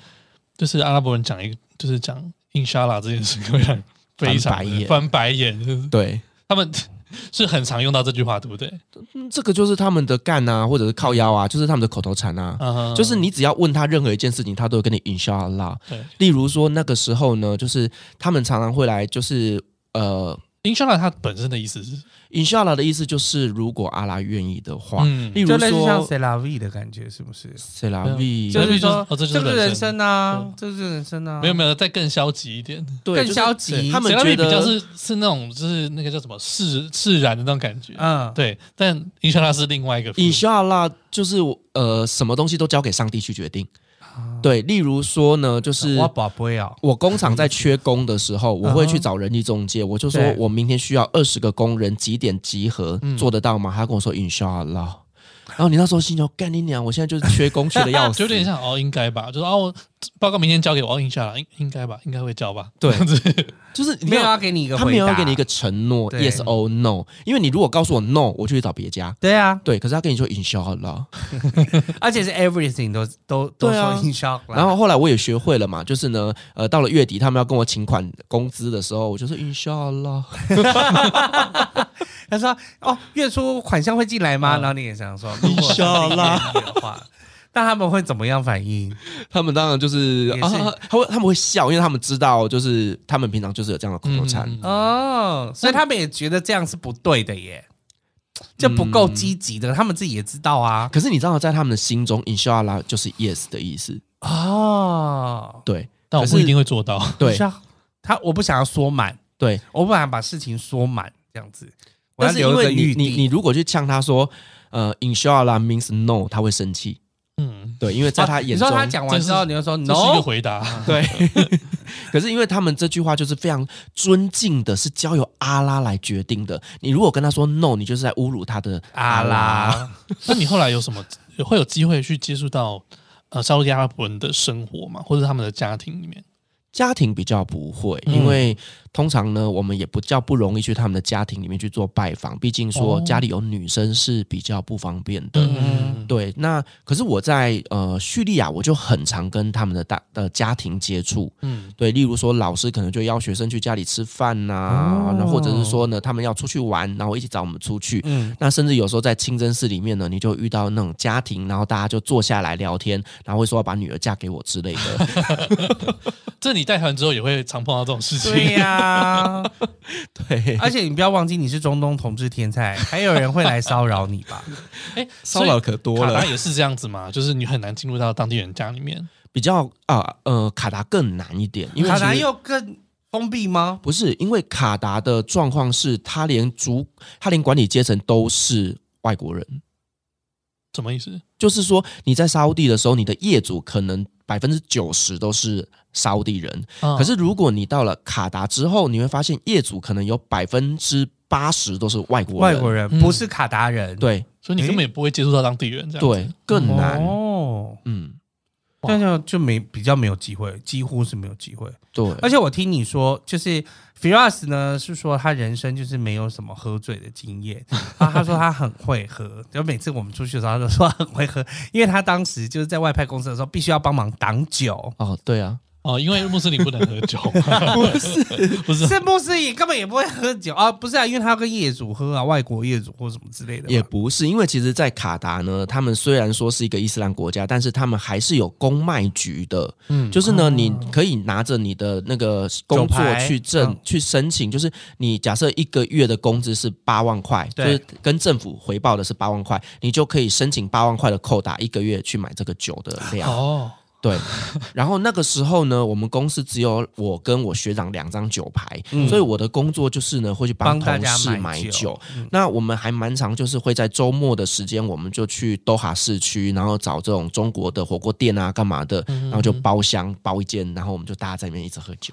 S1: 就是阿拉伯人讲一个，就是讲 inshallah 这件事情会让人非常
S3: 翻白眼
S1: 翻白眼，就是
S3: 对，
S1: 他们 是很常用到这句话，对不对？
S3: 嗯这个就是他们的干啊，或者是靠腰啊，就是他们的口头禅啊。
S1: 嗯，
S3: 就是你只要问他任何一件事情，他都会跟你 inshallah
S1: 对。
S3: 例如说那个时候呢，就是他们常常会来，就是呃
S1: 嗯 inshallah 它本身的意思是，
S3: inshallah 的意思就是如果阿拉愿意的话，
S1: 嗯
S3: 例
S2: 就
S3: 如
S2: 类似像
S3: 说
S2: C La V 的感觉，是不是？
S3: 塞拉比，
S1: 对
S2: 嗯就
S1: 啊
S2: 是说，
S1: 哦这就是
S2: 这是人
S1: 人生
S2: 生啊，这就是人生啊。
S1: 没有没有再更消极一点，
S3: 对，
S2: 更
S3: 就是
S2: 消极
S1: 对
S3: 他们
S1: 谁让
S3: 觉
S1: 你比较
S3: 得
S1: 是是那种就是那个叫什么释释然的那种感觉，
S3: 啊
S2: 嗯，
S1: 对。但 inshallah 是另外一个
S3: inshallah 就是我呃什么东西都交给上帝去决定。对，例如说呢，就是
S2: 啊我宝贝啊，
S3: 我工厂在缺工的时候，我会去找人力中介，我就说
S2: 对嗯
S3: 我明天需要二十个工人，几点集合，做得到吗？他跟我说 inshallah。然后你那时候心想，干你娘！我现在就是缺工，缺的 要死，
S1: 就有点像哦，应该吧，就是哦，我报告明天交给我，哦 inshallah 应应该吧，应该会交吧，
S3: 对
S1: 这样子
S3: 就是你
S2: 没有
S3: 要
S2: 要给你一个回
S3: 他
S2: 答，
S3: 没有要给你一个承诺
S2: 对
S3: ，yes or no。因为你如果告诉我 no，我就去找别家。
S2: 对啊，
S3: 对，可是他跟你说 inshallah，
S2: 而且是 everything 都都都
S3: 对
S2: 说
S3: 啊
S2: in shock 啦。
S3: 然后后来我也学会了嘛，就是呢，呃，到了月底他们要跟我请款工资的时候，我就说 inshallah。
S2: 他说：“哦，月初款项会进来吗？”
S1: 嗯
S2: 然后你也想说，如果上帝愿意的话，那他们会怎么样反应？
S3: 他们当然就是
S2: 也是
S3: 啊，他会他们会笑，因为他们知道，就是他们平常就是有这样的口头禅。
S1: 嗯
S2: 哦，所以他们也觉得这样是不对的耶，就不够积极的，他们自己也知道啊。
S3: 可是你知道，在他们的心中，inshallah 就是 yes 的意思。
S2: 哦，
S3: 对
S1: 但我
S3: 可
S1: 不
S3: 是
S1: 一定会做到。
S3: 对
S2: 像他我不想要说满，
S3: 对，
S2: 我不想把事情说满这样子，我要
S3: 但是因
S2: 留一个
S3: 为你
S2: 余
S3: 你你
S2: 地。
S3: 如果去呛他说，呃，inshallah means no，他会生气。
S1: 嗯，
S3: 对，因为在
S2: 哦
S3: 他
S2: 你
S3: 眼中，
S2: 说他讲完之后，
S1: 这
S2: 你就说
S1: 这是一个
S2: no，
S1: 回答。
S3: 对。可是因为他们这句话就是非常尊敬的，是交由阿拉来决定的。你如果跟他说 no，你就是在侮辱他的
S2: 阿
S3: 拉。
S2: 拉，
S1: 那你后来有什么会有机会去接触到呃沙特阿拉伯人的生活嘛，或者他们的家庭里面？
S3: 家庭比较不会，
S1: 嗯
S3: 因为通常呢，我们也不较不容易去他们的家庭里面去做拜访，毕竟说
S1: 哦
S3: 家里有女生是比较不方便的。
S1: 嗯，
S3: 对，那可是我在呃叙利亚，我就很常跟他们的大呃家庭接触。
S1: 嗯，
S3: 对，例如说老师可能就邀学生去家里吃饭呐、
S1: 哦
S3: 然后或者是说呢，他们要出去玩，然后一起找我们出去。
S2: 嗯，
S3: 那甚至有时候在清真寺里面呢，你就遇到那种家庭，然后大家就坐下来聊天，然后会说要把女儿嫁给我之类的。
S1: 这你带团之后也会常碰到这种事情。
S2: 对呀、
S3: 对，
S2: 而且你不要忘记你是中东同志天才，还有人会来骚扰你吧？
S1: 哎，
S3: 骚扰
S1: 所
S3: 可
S1: 以
S3: 多
S1: 卡
S3: 了
S1: 达，也是这样子嘛， 就是你很难进入到当地人家里面。
S3: 比较啊呃卡达更难一 点，因为
S2: 卡
S3: 其
S2: 达
S3: 实
S2: 又更封闭吗？
S3: 不是因为卡达的状况是，他连主他连管理阶层都是外国人，
S1: 什么意思？
S3: 就是说你在沙烏地的时候，你的业主可能百分之九十都是沙烏地人，
S1: 啊
S2: 嗯
S3: 可是如果你到了卡达之后，你会发现业主可能有百分之八十都是外国
S2: 外
S3: 人，
S2: 国人
S1: 嗯
S2: 不是卡达人，
S3: 对嗯
S1: 所以你根本也不会接触到当地人，这样子
S3: 对，更难，
S2: 哦，
S3: 嗯，
S1: 哇
S2: 这样就没比较没有机会，几乎是没有机会。
S3: 对，。
S2: 而且我听你说，就是 Firas 呢是说他人生就是没有什么喝醉的经验，然后他说他很会喝，然后每次我们出去的时候，他都说他很会喝，因为他当时就是在外派公司的时候，必须要帮忙挡酒
S3: 哦，对啊，
S1: 哦，因为穆斯林不能喝酒， 哦不是不是
S2: 是不是也根本也不会喝酒啊？不是啊，因为他要跟业主喝啊，外国业主或什么之类的嘛。
S3: 也不是，因为其实，在卡达呢，他们虽然说是一个伊斯兰国家，但是他们还是有公卖局的，
S1: 嗯
S3: 就是呢，你可以拿着你的那个工
S2: 哦酒
S3: 作
S2: 牌
S3: 去证、
S2: 嗯
S3: 去申请，就是你假设一个月的工资是八万块，就
S2: 对
S3: 是跟政府回报的是八万块，你就可以申请八万块的扣打，一个月去买这个酒的量。
S1: 哦，
S3: 对， 然后那个时候呢，我们公司只有我跟我学长两张酒牌，
S2: 嗯
S3: 所以我的工作就是呢会去帮
S2: 帮大
S3: 同
S2: 家
S3: 事
S2: 买
S3: 买
S2: 酒嗯
S3: 酒。那我们还蛮常就是会在周末的时间，我们就去多哈市区，然后找这种中国的火锅店啊，干嘛的，
S2: 嗯
S3: 然后就包厢包一间，然后我们就大家在里面一直喝酒。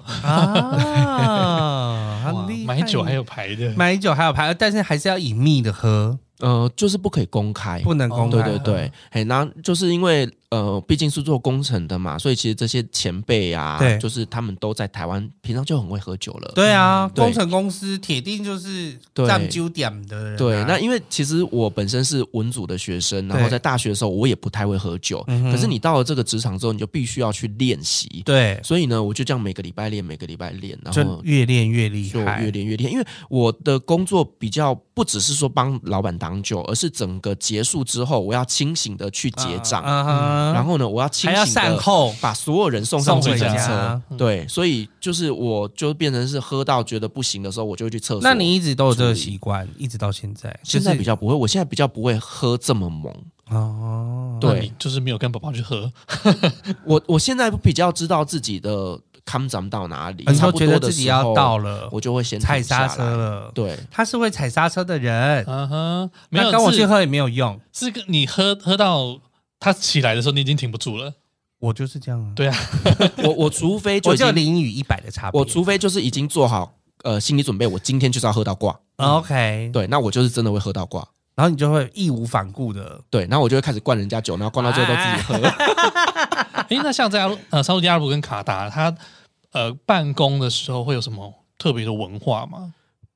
S2: 啊，
S1: 哇
S2: 很厉害
S1: 买酒还有排的，
S2: 买酒还有牌，但是还是要隐秘的喝，
S3: 呃，就是不可以公开，
S2: 不能公开。
S3: 哎哦
S2: 嗯
S3: 对对对，嘿，那就是因为呃，毕竟是做工程的嘛，所以其实这些前辈啊
S2: 对，
S3: 就是他们都在台湾平常就很会喝酒了。
S2: 对啊，
S3: 嗯对
S2: 工程公司铁定就是
S3: 对
S2: 占九点的人啊、
S3: 对，那因为其实我本身是文组的学生，然后
S2: 对
S3: 在大学的时候我也不太会喝酒，
S2: 嗯哼
S3: 可是你到了这个职场之后，你就必须要去练习。
S2: 对，
S3: 所以呢，我就这样每个礼拜练，每个礼拜练，然
S2: 就
S3: 后
S2: 越练越厉
S3: 就
S2: 害，
S3: 越练越练。因为我的工作比较不只是说帮老板挡酒，而是整个结束之后，我要清醒的去结账，
S2: 嗯哼
S3: 然后呢，我要清
S2: 还要
S3: 醒
S2: 善
S3: 的
S2: 后，
S3: 把所有人送
S2: 送
S3: 上计
S2: 回
S3: 程车
S2: 家。
S3: 对，所以就是我就变成是喝到觉得不行的时候，我就会去厕所。
S2: 那你一直都有这个
S3: 处理
S2: 习惯，一直到现在，就
S3: 现在
S2: 是
S3: 比较不会，我现在比较不会喝这么猛。
S2: 哦，
S1: 那
S3: 对
S1: 你就是没有跟宝宝去喝，
S3: 我我现在比较知道自己的康长到哪里，
S2: 你
S3: 差
S2: 说
S3: 不
S2: 觉
S3: 多
S2: 得
S3: 的
S2: 自己
S3: 时
S2: 要
S3: 候
S2: 到了，
S3: 我就会先
S2: 踩
S3: 停
S2: 刹
S3: 下来
S2: 车。了，
S3: 对，呃
S2: 他是会踩刹车的人，
S1: 嗯哼，没有
S2: 那跟我去
S1: 是
S2: 喝也没有用，
S1: 是跟你喝喝到他起来的时候，你已经停不住了。
S2: 我就是这样啊，
S1: 对啊，
S3: 我我除非就
S2: 我
S3: 已
S2: 就
S3: 经
S2: 零与一百的差别，
S3: 我除非就是已经做好呃心理准备，我今天就是要喝到挂。
S2: OK，
S3: 嗯对，那我就是真的会喝到挂。
S2: 然后你就会义无反顾的，
S3: 对，然后我就会开始灌人家酒，然后灌到最后都自 己喝。
S1: 诶，那像在阿拉呃沙特阿拉伯跟卡达，他呃办公的时候会有什么特别的文化吗？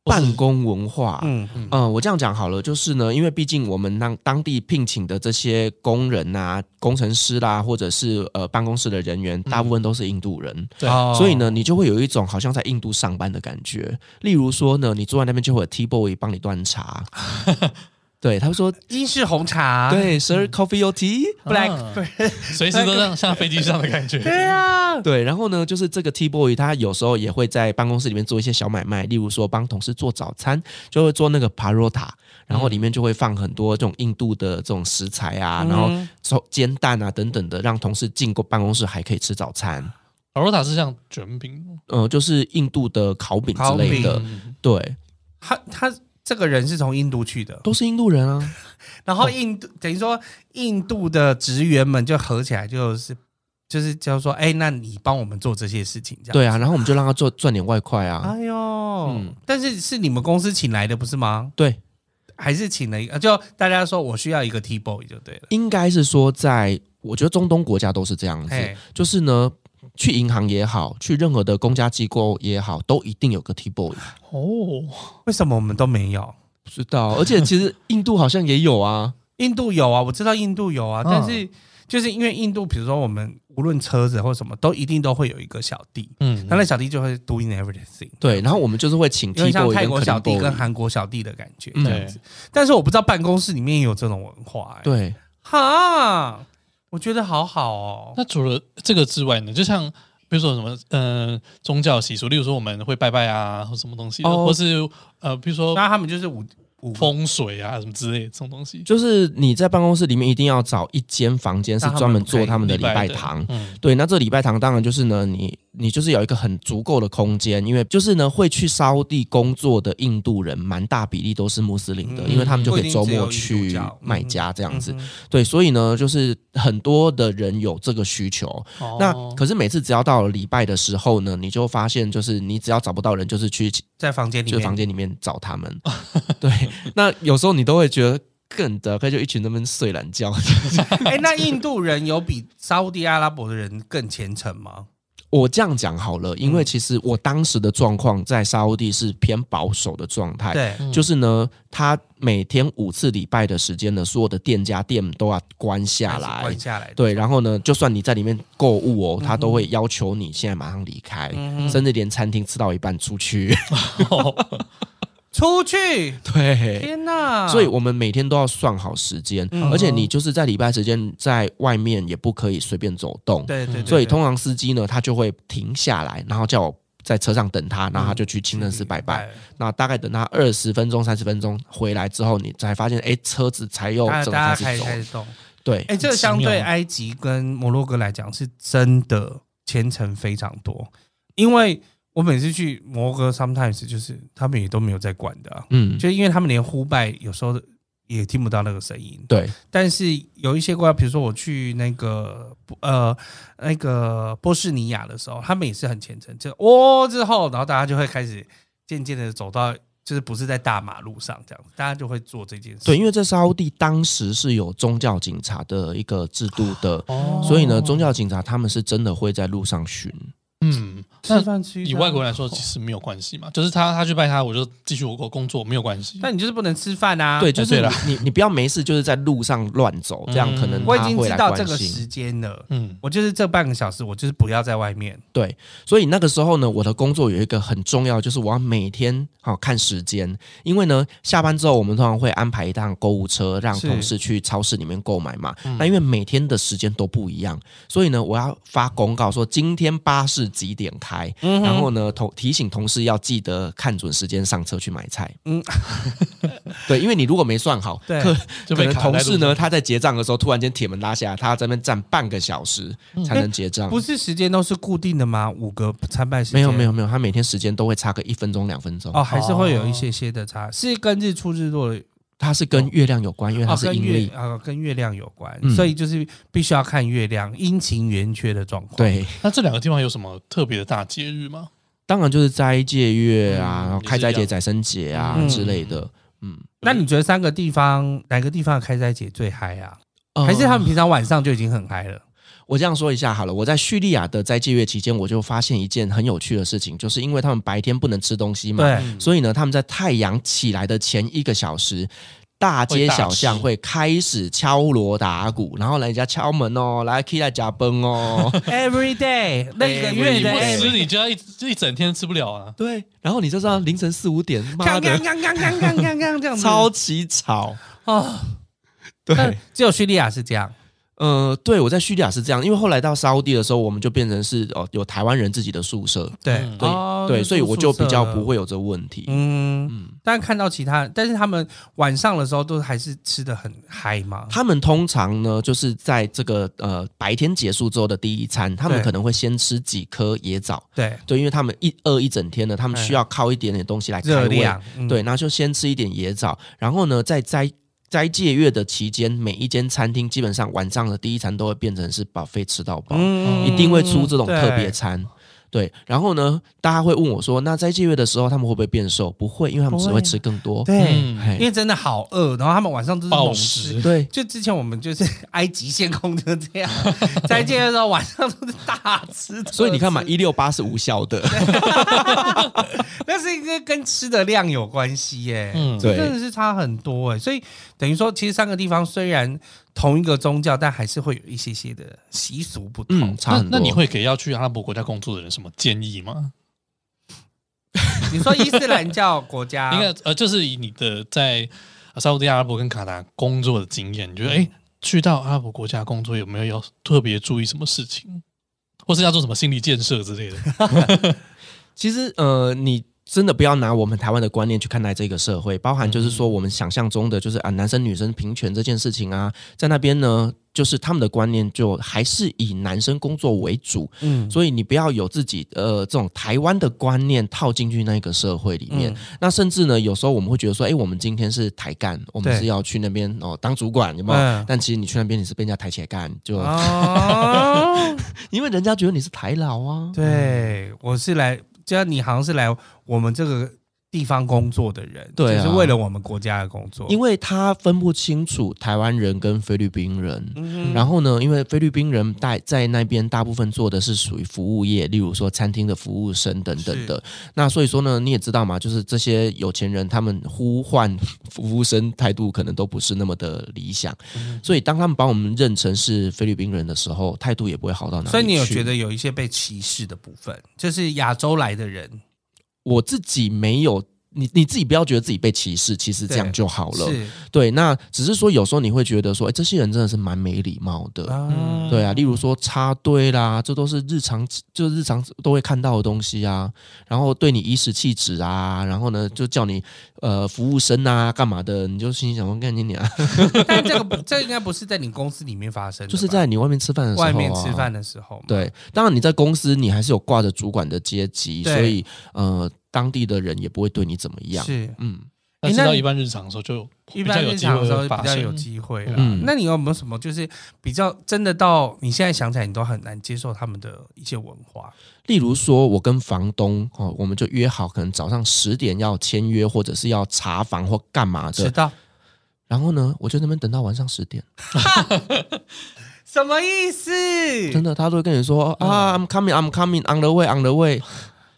S1: 或是
S3: 办公文化，嗯、
S2: 嗯，
S3: 我这样讲好了，就是呢，因为毕竟我们当当地聘请的这些工人啊、工程师啦、或者是呃办公室的人员，大部分都是印度人。
S1: 对
S2: 哦
S3: 所以呢，，你就会有一种好像在印度上班的感觉。例如说呢，你坐在那边就会有 T boy 帮你 端茶，对，他说，
S2: 英式红茶，
S3: 对，Sir 嗯 Coffee or Tea，
S1: 啊
S2: Black，
S1: 随时都像 像飞机上的感觉。
S2: 对啊，
S3: 对，然后呢，就是这个 T boy 他有时候也会在办公室里面做一些小买卖，例如说帮同事做早餐，就会做那个 parota，然后里面就会放很多这种印度的这种食材啊，然后
S2: 嗯
S3: 手煎蛋啊等等的，让同事进过办公室还可以吃早餐。
S1: 老罗塔是像卷饼
S3: 嗯、就是印度的烤饼之类
S2: 烤
S3: 的，对，
S2: 他他这个人是从印度去的，
S3: 都是印度人啊。
S2: 然后印度、等于说印度的职员们就合起来，就是就是叫说，哎、那你帮我们做这些事情，这样。
S3: 对啊，然后我们就让嗯他做赚点外快啊。
S2: 哎呦，但是是你们公司请来的不是吗？
S3: 对，
S2: 还是请了一个？就大家说我需要一个 T boy 就对了。
S3: 应该是说在，我觉得中东国家都是这样子，
S2: 哎，
S3: 嗯就是呢，去银行也好，去任何的公家机构也好，都一定有个 T boy。
S1: 哦，
S2: 为什么我们都没有？
S3: 不知道，而且其实 印度好像也有啊。
S2: 印度有啊，我知道印度有啊，
S1: 嗯
S2: 但是就是因为印度，比如说我们无论车子或什么，都一定都会有一个小弟，
S1: 嗯
S2: 那那小弟就会 doing everything。
S3: 对，然后我们就是会请
S2: 有
S3: T
S2: 点像
S3: boy
S2: 泰
S3: 跟
S2: 国
S3: clean
S2: 小弟
S3: boy
S2: 跟韩国小弟的感觉
S3: 嗯
S2: 这样子。但是我不知道办公室里面也有这种文化、欸。，
S3: 对，
S2: 哈，我觉得好好哦。
S1: 那除了这个之外呢，就像比如说什么呃宗教习俗，例如说我们会拜拜啊，或什么东西的，
S3: 哦
S1: 或是呃比如说
S2: 那他们就是五五
S1: 风水啊什么之类的这种东西，
S3: 就是你在办公室里面一定要找一间房间是
S2: 让他们
S3: 专门
S2: 可以
S3: 做他们的礼拜
S1: 的
S3: 堂，
S1: 嗯，
S3: 对，那这礼拜堂当然就是呢，你你就是有一个很足够的空间，因为就是呢会去沙烏地工作的印度人，蛮大比例都是穆斯林的，
S2: 嗯
S3: 因为他们就可
S2: 不一定
S3: 以周
S2: 只有
S3: 末
S2: 印度
S3: 去
S2: 教
S3: 卖家这样子。
S2: 嗯哼
S3: 对，所以呢，就是很多的人有这个需求。
S1: 哦
S3: 那可是每次只要到了礼拜的时候呢，你就发现就是你只要找不到人，就是去
S2: 在房间里
S3: 就是
S2: 面，
S3: 房间里面找 他们。对，那有时候你都会觉得更的，可以就一群在那边睡懒觉。
S2: 哎、那印度人有比沙烏地阿拉伯的人更虔诚吗？
S3: 我这样讲好了，因
S2: 嗯
S3: 为其实我当时的状况在沙烏地是偏保守的状态，
S2: 对，
S1: 嗯
S3: 就是呢，他每天五次礼拜的时间呢，所有的店家店都要关下
S2: 还是
S3: 来
S2: 关。下来的。嗯
S3: 对，然后呢，就算你在里面购物哦，他都会要求你现在马上离开，甚至连餐厅吃到一半出去。
S1: 哦
S2: 出去，
S3: 对，
S2: 天哪！
S3: 所以我们每天都要算好时间，
S2: 啊嗯
S3: 而且你就是在礼拜时间在外面也不可以随便走动。
S2: 对对对
S3: 所以
S2: 对
S3: 通常司机呢，他就会停下来，然后叫我在车上等他，然后他就去清真寺
S2: 嗯
S3: 拜拜。，那大概等他二十分钟、三十分钟回来之后，你才发现，哎，车子才又
S2: 大
S3: 整个
S2: 大家开
S3: 开始走。
S2: 开始动。
S3: 对，
S2: 哎、这个相
S1: 很奇
S2: 对
S1: 妙
S2: 埃及跟摩洛哥来讲，是真的虔诚非常多。因为我每次去摩洛哥，sometimes 就是他们也都没有在管的、啊，
S3: 嗯，
S2: 就因为他们连呼拜有时候也听不到那个声音。
S3: 对，
S2: 但是有一些国家，比如说我去那个呃那个波士尼亚的时候，他们也是很虔诚，就哦之后，然后大家就会开始渐渐的走到，就是不是在大马路上这样，大家就会做这件事。
S3: 对，因为这沙乌地当时是有宗教警察的一个制度的，
S1: 哦
S3: 所以呢，宗教警察他们是真的会在路上巡。
S1: 嗯，
S2: 吃
S1: 那
S2: 饭吃
S1: 以外国人来说其实没有关系嘛，就是他他去拜他，我就继续我我工作没有关系。
S2: 但你就是不能吃饭啊。嗯
S3: 对，就是
S1: 对
S3: 你
S1: 啦
S3: 你你不要没事就是在路上乱走，这样可能
S2: 我已
S3: 他
S2: 经
S3: 会
S2: 知
S3: 来
S2: 道这
S3: 关
S2: 个
S3: 心。
S2: 时间了，
S1: 嗯，
S2: 我就是这半个小时，我就是不要在外面。
S3: 对，所以那个时候呢，我的工作有一个很重要，就是我要每天好、看时间，因为呢，下班之后我们通常会安排一趟购物车，让
S2: 是
S3: 同事去超市里面购买嘛。那因为每天的时间都不一样，所以呢，我要发公告说今天巴士几点开，
S2: 嗯
S3: 然后呢，同提醒同事要记得看准时间上车去买菜。嗯
S2: 嗯，
S3: 对，因为你如果没算好，
S2: 对
S3: 可
S1: 就
S3: 可
S1: 被
S3: 能
S1: 卡在
S3: 同
S1: 路
S3: 事呢，他在结账的时候突然间铁门拉下来，他要在那边站半个小时才能结账。
S2: 不是时间都是固定的吗？五个参拜时间
S3: 没有没有没有，他每天时间都会差个一分钟两分钟。
S2: 哦，还是会有一些些的差，是跟日出日落的
S3: 它是跟月亮有关，因为它
S2: 哦，
S3: 是
S2: 跟
S3: 阴
S2: 月
S3: 历。
S2: 啊、跟月亮有关，
S3: 嗯
S2: 所以就是必须要看月亮阴晴圆缺的状况。，
S3: 对，
S1: 那这两个地方有什么特别的大节日吗？
S3: 当然就是斋戒月啊，
S1: 嗯
S3: 然后开斋节、宰生节啊
S2: 嗯
S3: 之类的。嗯，
S2: 那你觉得三个地方哪个地方的开斋节最嗨啊？还是
S3: 呃
S2: 他们平常晚上就已经很嗨 了？
S3: 我这样说一下好了，我在叙利亚的斋戒月期间，我就发现一件很有趣的事情，就是因为他们白天不能吃东西嘛，
S2: 对，
S1: 嗯
S3: 所以呢，他们在太阳起来的前一个小时。大街小巷会开始敲锣打鼓，然后来人家敲门哦，来 K 来加 崩哦，
S2: Every day，那个
S1: 你
S2: 月的
S1: 不
S3: 哎
S2: every-
S1: 吃，你就要一一整天吃不了啊。
S3: 对，然后你就知道凌晨四五点，妈
S2: 锵
S3: 的
S2: 锵，锵锵锵锵锵锵这样子
S3: 超级吵。
S2: 哦，但
S3: 对，
S2: 只有叙利亚是这样，
S3: 呃，对我在叙利亚是这样，因为后来到沙烏地的时候，我们就变成是哦有台湾人自己的宿舍，
S2: 对
S1: 嗯
S3: 对、
S2: 哦
S3: 对，
S2: 那
S3: 所以
S2: 住
S3: 我就
S2: 宿舍
S3: 比较
S2: 了
S3: 不会有这问题。
S2: 嗯
S3: 嗯
S2: 但看到其他，但是他们晚上的时候都还是吃的很嗨嘛。
S3: 他们通常呢，就是在这个呃白天结束之后的第一餐，他们
S2: 对
S3: 可能会先吃几颗椰枣，
S2: 对，
S3: 对，因为他们一饿一整天呢，他们
S2: 哎
S3: 需要靠一点点东西来开
S2: 热
S3: 胃，
S2: 量、嗯
S3: 对，，然后就先吃一点野枣，然后呢，在斋斋戒月的期间，每一间餐厅基本上晚上的第一餐都会变成是 buffet 吃到饱，
S2: 嗯
S3: 一定会出这种特别
S2: 对
S3: 餐。对，然后呢，大家会问我说，那斋戒月的时候他们会不会变瘦？不会，因为他们
S2: 不
S3: 只
S2: 会
S3: 会吃更多。
S2: 对，
S1: 嗯
S3: 嘿
S2: 因为真的好饿，然后他们晚上都是
S1: 暴
S2: 猛
S1: 食
S2: 吃。
S3: 对，
S2: 就之前我们就是 埃及限空就这样， 再见的时候晚上都是大吃特吃，
S3: 所以你看嘛， 一六八是无效的。
S2: 那是一个跟吃的量有关系耶、
S1: 嗯，
S3: 对
S2: 真的是差很多哎、所以等于说，其实三个地方虽然同一个宗教，但还是会有一些些的习俗不同。
S3: 嗯，差
S1: 那
S3: 很
S1: 那
S3: 多。
S1: 你会给要去阿拉伯国家工作的人什么建议吗？
S2: 你说伊斯兰教国 家，
S1: 应该呃，就是以你的在呃沙特阿拉伯跟卡达工作的经验，你觉得哎、诶去到阿拉伯国家工作有没有要特别注意什么事情，或是要做什么心理建设之类 的。
S3: 其实呃，你真的不要拿我们台湾的观念去看待这个社会，包含就是说我们想象中的就是啊男生女生平权这件事情啊，在那边呢，就是他们的观念就还是以男生工作为主，
S2: 嗯，
S3: 所以你不要有自己呃这种台湾的观念套进去那个社会里
S2: 嗯
S3: 面。那甚至呢，有时候我们会觉得说，哎、我们今天是台干，我们
S2: 对
S3: 是要去那边哦当主管，有没有？
S2: 嗯啊
S3: 但其实你去那边你是被人家抬起来干，就、
S2: 哦，
S3: 因为人家觉得你是台佬啊。
S2: 对，我是来，就像你好像是来我们这个地方工作的人，
S3: 对啊
S2: 就是为了我们国家的工作，
S3: 因
S2: 为
S3: 为他分不清楚台湾人跟菲律宾人，
S2: 嗯
S3: 然后呢，因为菲律宾人在在那边大部分做的是属于服务业，例如说餐厅的服务生等等的。那所以说呢，你也知道嘛，就是这些有钱人他们呼唤服务生态度可能都不是那么的理想，所以当他们把我们认成是菲律宾人的时候，态度也不会好到哪里去。
S2: 所以你有觉得有一些被歧视的部分，就是亚洲来的人
S3: 我自己没有？你你自己不要觉得自己被歧视，其实这样
S2: 对
S3: 就好了。
S2: 是
S3: 对，那只是说有时候你会觉得说，哎，这些人真的是蛮没礼貌的。
S2: 啊
S3: 对啊，例如说插队啦，这都是日常就日常都会看到的东西啊。然后对你颐使气指啊，然后呢就叫你呃服务生啊干嘛的，你就心里想说干你娘，
S2: 但这个不，这应该不是在你公司里面发生的吧，
S3: 就是在你外面吃饭的时候、啊
S2: 外面吃。饭的时候嘛。
S3: 对，当然你在公司你还是有挂着主管的阶级，
S2: 对
S3: 所以呃当地的人也不会对你怎么样。
S2: 是
S3: 嗯，
S1: 但是
S2: 那
S1: 到
S2: 你
S1: 一般日常的时候就
S2: 一
S1: 比较
S2: 般
S1: 有
S2: 日
S1: 机
S2: 常的
S1: 会
S2: 时候
S1: 会
S2: 比
S1: 发
S2: 较有
S1: 生。
S2: 机会啦。
S3: 嗯
S2: 那你有没有什么就是比较真的到你现在想起来，你都很难接受他们的一些文化？
S3: 例如说，我跟房东哦，我们就约好，可能早上十点要签约，或者是要查房或干嘛
S2: 迟
S3: 的。
S2: 到
S3: 然后呢，我就那边等到晚上十点，
S2: 什么意思？
S3: 真的，他都会跟你说
S2: 嗯
S3: 啊，I'm coming，I'm coming，on the way，on the way。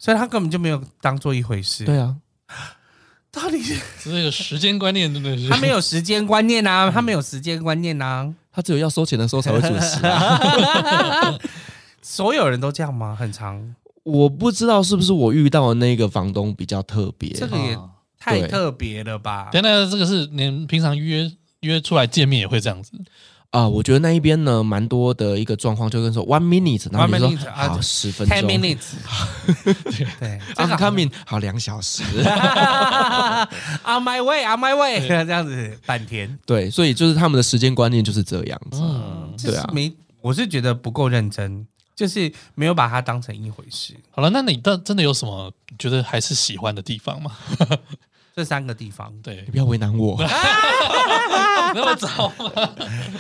S2: 所以他根本就没有当做一回事。
S3: 对，啊，
S2: 到底是
S1: 这个时间观念真的是
S2: 他没有时间观念 啊，他没有时间观念啊。
S3: 他只有要收钱的时候才会准 时啊。
S2: 所有人都这样吗？很长，
S3: 我不知道是不是我遇到的那个房东比较特别，
S2: 这个也
S1: 啊
S2: 太
S3: 对
S2: 特别了吧？
S1: 等等，这个是连平常约约出来见面也会这样子，
S3: 啊、我觉得那一边呢，蛮多的一个状况，就跟说 one minute，然后
S2: One
S3: 你就
S2: minute，
S3: 说
S2: 啊
S3: 好十分钟
S2: Ten minutes，对 这个好
S3: I'm coming，好两小时。
S2: On my way, on my way，这样子半天，
S3: 对，所以就是他们的时间观念就是这样子。
S1: 嗯。
S3: 对啊
S2: 就是没，我是觉得不够认真，就是没有把它当成一回事。
S1: 好了，那你到真的有什么你觉得还是喜欢的地方吗？
S2: 这三个地方，
S1: 对
S3: 你，不要为难 我。
S1: 那么早吗？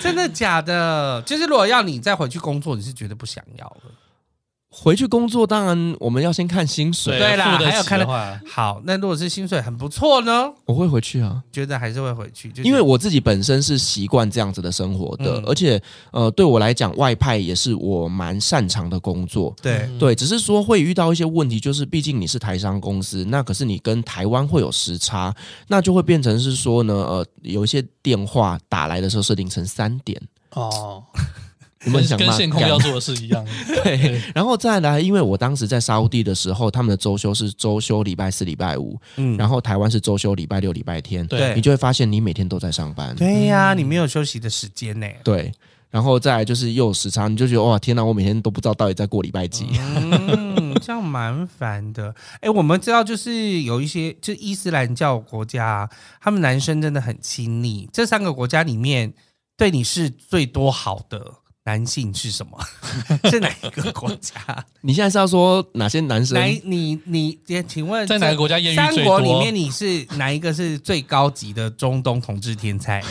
S2: 真的假的？就是如果要你再回去工作，你是绝对不想要了。
S3: 回去工作，当然我们要先看薪水。
S2: 对啦
S1: 付得
S2: 还有
S1: 起
S2: 看
S1: 的
S2: 到
S1: 话，
S2: 好，那如果是薪水很不错呢，
S3: 我会回去啊，
S2: 觉得还是会回去，就是
S3: 因为我自己本身是习惯这样子的生活的，
S2: 嗯
S3: 而且呃，对我来讲，外派也是我蛮擅长的工作。
S2: 对
S1: 嗯
S3: 对，只是说会遇到一些问题，就是毕竟你是台商公司，那可是你跟台湾会有时差，那就会变成是说呢，呃，有一些电话打来的时候是凌晨三点，
S1: 哦，
S3: 你们
S1: 跟
S3: 想
S1: 跟
S3: 骂
S1: 线控
S3: 干
S1: 要做的是一样的，
S3: 对， 然后再来，因为我当时在沙乌地的时候，他们的周休是周休礼拜四、礼拜五，
S2: 嗯
S3: 然后台湾是周休礼拜六、礼拜天，
S1: 对
S3: 你就会发现你每天都在上班，
S2: 对呀、你没有休息的时间呢、
S3: 对然后再来就是又有时差，你就觉得哇，天哪，我每天都不知道到底在过礼拜几。
S2: 嗯，这样蛮烦的。哎、我们知道，就是有一些，就伊斯兰教国家啊，他们男生真的很亲昵。这三个国家里面，对你是最多好的男性是什么？ 是哪一个国 家？
S3: 你现在是要说哪些男生
S2: 哪？一？你你，也请问
S1: 在哪个
S2: 这
S1: 国家艳遇
S2: 三
S1: 最
S2: 国
S1: 多？
S2: 里面，你是哪一个是最高级的中东统治天才？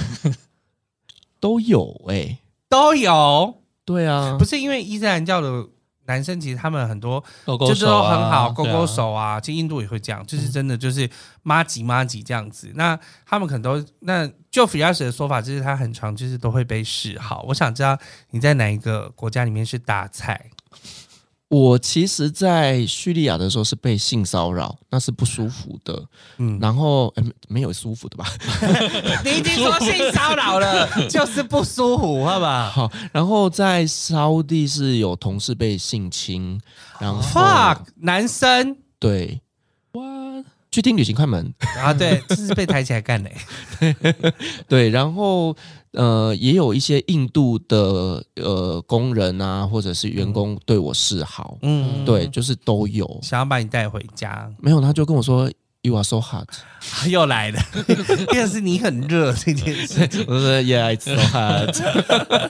S3: 都有哎、
S2: 都有，
S3: 对啊
S2: 不，是因为伊斯兰教的男生，其实他们很多
S1: 勾勾
S2: 就是
S1: 手
S2: 都
S1: 啊
S2: 很好，勾
S1: 对啊嗯
S2: 勾手啊，其实印度也会这样，就是真的就是妈吉妈吉这样子。那他们可能都那就 f i a s 的说法，就是他很常就是都会被示好。我想知道你在哪一个国家里面是大菜？
S3: 我其实，在叙利亚的时候是被性骚扰，那是不舒服的。
S2: 嗯，
S3: 然后，诶没没有舒服的吧？
S2: 你已经说性骚扰了， 就是不舒服，好 吧
S3: 好，然后在沙乌地是有同事被性侵，然后
S2: ？fuck，男生
S3: 对，去听旅行快门，
S2: 啊，对，这是被抬起来干的、
S3: 对，然后呃，也有一些印度的呃工人啊，或者是员工对我示好，
S2: 嗯，
S3: 对，，就是都有。
S2: 想要把你带回 家，
S3: 没有，他就跟我说 “You are so hot”，
S2: 又来 了，第二是你很热这件事。
S3: 我就说 “Yeah, it's so hot”。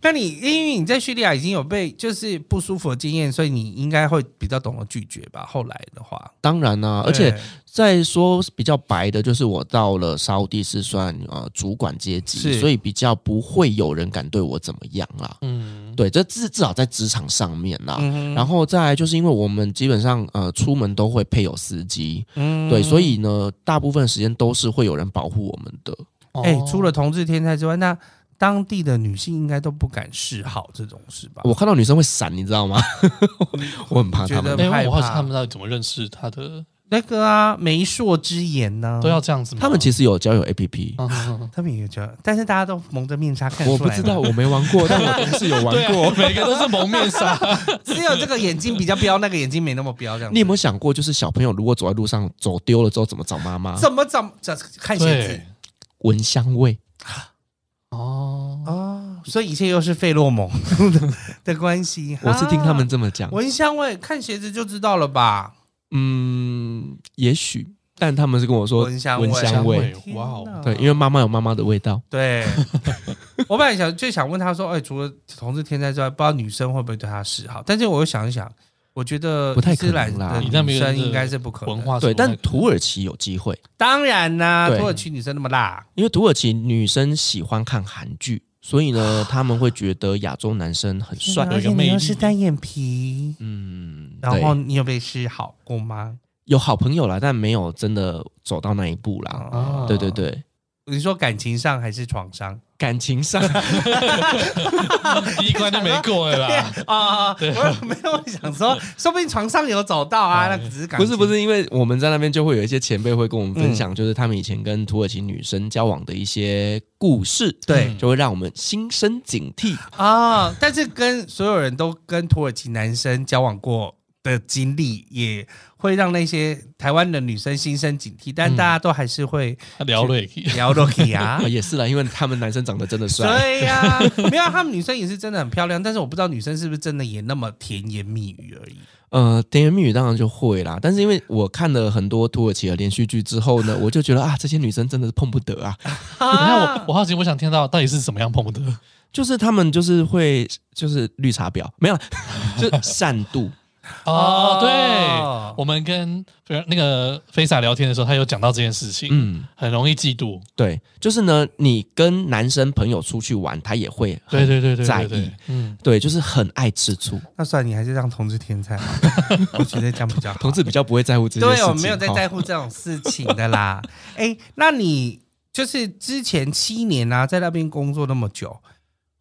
S2: 那你因为你在叙利亚已经有被就是不舒服的经验，所以你应该会比较懂得拒绝吧？后来的话，
S3: 当然啦、而且
S2: 对
S3: 再说比较白的，就是我到了沙烏地是算呃主管阶级，
S2: 是
S3: 所以比较不会有人敢对我怎么样啦。
S1: 嗯，
S3: 对，这至至少在职场上面啦。
S2: 嗯
S3: 然后再来就是因为我们基本上呃出门都会配有司机，
S2: 嗯
S3: 对，所以呢大部分时间都是会有人保护我们的。
S2: 哎、
S1: 哦
S2: 除了同志天才之外，那当地的女性应该都不敢示好这种事吧？
S3: 我看到女生会闪，你知道吗？ 我很怕
S2: 嗯觉
S3: 他们
S2: 得。
S1: 哎，
S2: 害
S1: 我好奇
S2: 怕
S1: 他们到底怎么认识他的，
S2: 那个啊，媒妁之言呢、
S1: 都要这样子吗？
S3: 他们其实有交友 APP，、
S2: 啊
S1: 嗯嗯嗯
S2: 他们也觉得，但是大家都蒙着面哦纱看出来
S3: 我
S2: 嘛，
S3: 不知道，我没玩 过，但我同事有玩
S1: 对啊
S3: 过。
S1: 每个都是蒙面纱，
S2: 只有这个眼睛比较彪，那个眼睛没那么彪，这样子。
S3: 你有没有想过，就是小朋友如果走在路上走丢了之后，怎么找妈妈？
S2: 怎么怎么怎看鞋子
S1: 对，
S3: 闻香味，
S1: 哦，
S2: 哦？所以一切又是费洛蒙的关系。
S3: 我是听他们
S2: 啊
S3: 这么讲。
S2: 闻香味，看鞋子就知道了吧？
S3: 嗯，也许，但他们是跟我说
S2: 闻香味
S3: 闻香味。
S1: 香味哇哦
S2: 天哪
S3: 对，因为妈妈有妈妈的味道。
S2: 对， 我本来想就想问他说，哎、除了同志天灾之外，不知道女生会不会对他示好？但是我又想一想，我觉得
S3: 不太
S2: 伊斯
S3: 可能
S2: 兰
S3: 啦
S2: 的
S1: 你那
S2: 女
S1: 边
S2: 生
S1: 的
S2: 应该是不可能。
S1: 文化
S3: 对，
S1: 所在
S3: 但土耳其有机会，
S2: 当然啦、
S3: 对
S2: 土耳其女生那么辣，
S3: 因为土耳其女生喜欢看韩剧，所以呢，他们会觉得亚洲男生很帅
S1: 天。哪
S2: 啊而
S1: 有一
S2: 且
S1: 个魅
S2: 你又
S1: 力
S2: 是单眼皮，
S3: 嗯，
S2: 然后
S3: 对
S2: 你有被示好过吗？
S3: 有好朋友啦，但没有真的走到那一步啦。
S1: 啊
S3: 对对对，
S2: 你说感情上还是床上？
S3: 感情上
S1: 第一关就没过了 啦。
S2: 啊啊！啊我没有想说，说不定床上有走到啊，那只是感
S3: 不
S2: 情
S3: 是不，是，因为我们在那边就会有一些前辈会跟我们分享，就是他们以前跟土耳其女生交往的一些故事，
S2: 对
S3: 就会让我们心生警惕。
S2: 啊。但是跟所有人都跟土耳其男生交往过的经历，也会让那些台湾的女生心生警
S3: 嗯
S2: 惕，但大家都还是会
S1: 聊瑞奇，
S2: 聊 l o k 啊
S3: 啊，。也是啦，因为他们男生长得真的帅，
S2: 对呀、没有，他们女生也是真的很漂亮，但是我不知道女生是不是真的也那么甜言蜜语而已。
S3: 呃，甜言蜜语当然就会啦。但是因为我看了很多土耳其的连续剧之后呢，我就觉得啊，这些女生真的是碰不得啊，
S1: 你看我，我好奇，我想听到到底是怎么样碰不得
S3: 就是他们就是会就是绿茶婊，没有啦，就善度。
S1: 哦。对，我们跟那个菲萨聊天的时候，他有讲到这件事情，
S3: 嗯，
S1: 很容易嫉妒。
S3: 对，就是呢，你跟男生朋友出去玩，他也会
S1: 对对对对，
S3: 在
S1: 对
S3: 意，
S1: 嗯，
S3: 对，就是很爱吃醋。
S2: 那算了你还是让同志天才好了，我觉得这样比较好。
S3: 同志比较不会在乎这些事
S2: 对
S3: 情。哦
S2: 我没有在
S3: 哈
S2: 在乎这种事情的 啦。哎，那你就是之前七年啊，在那边工作那么久，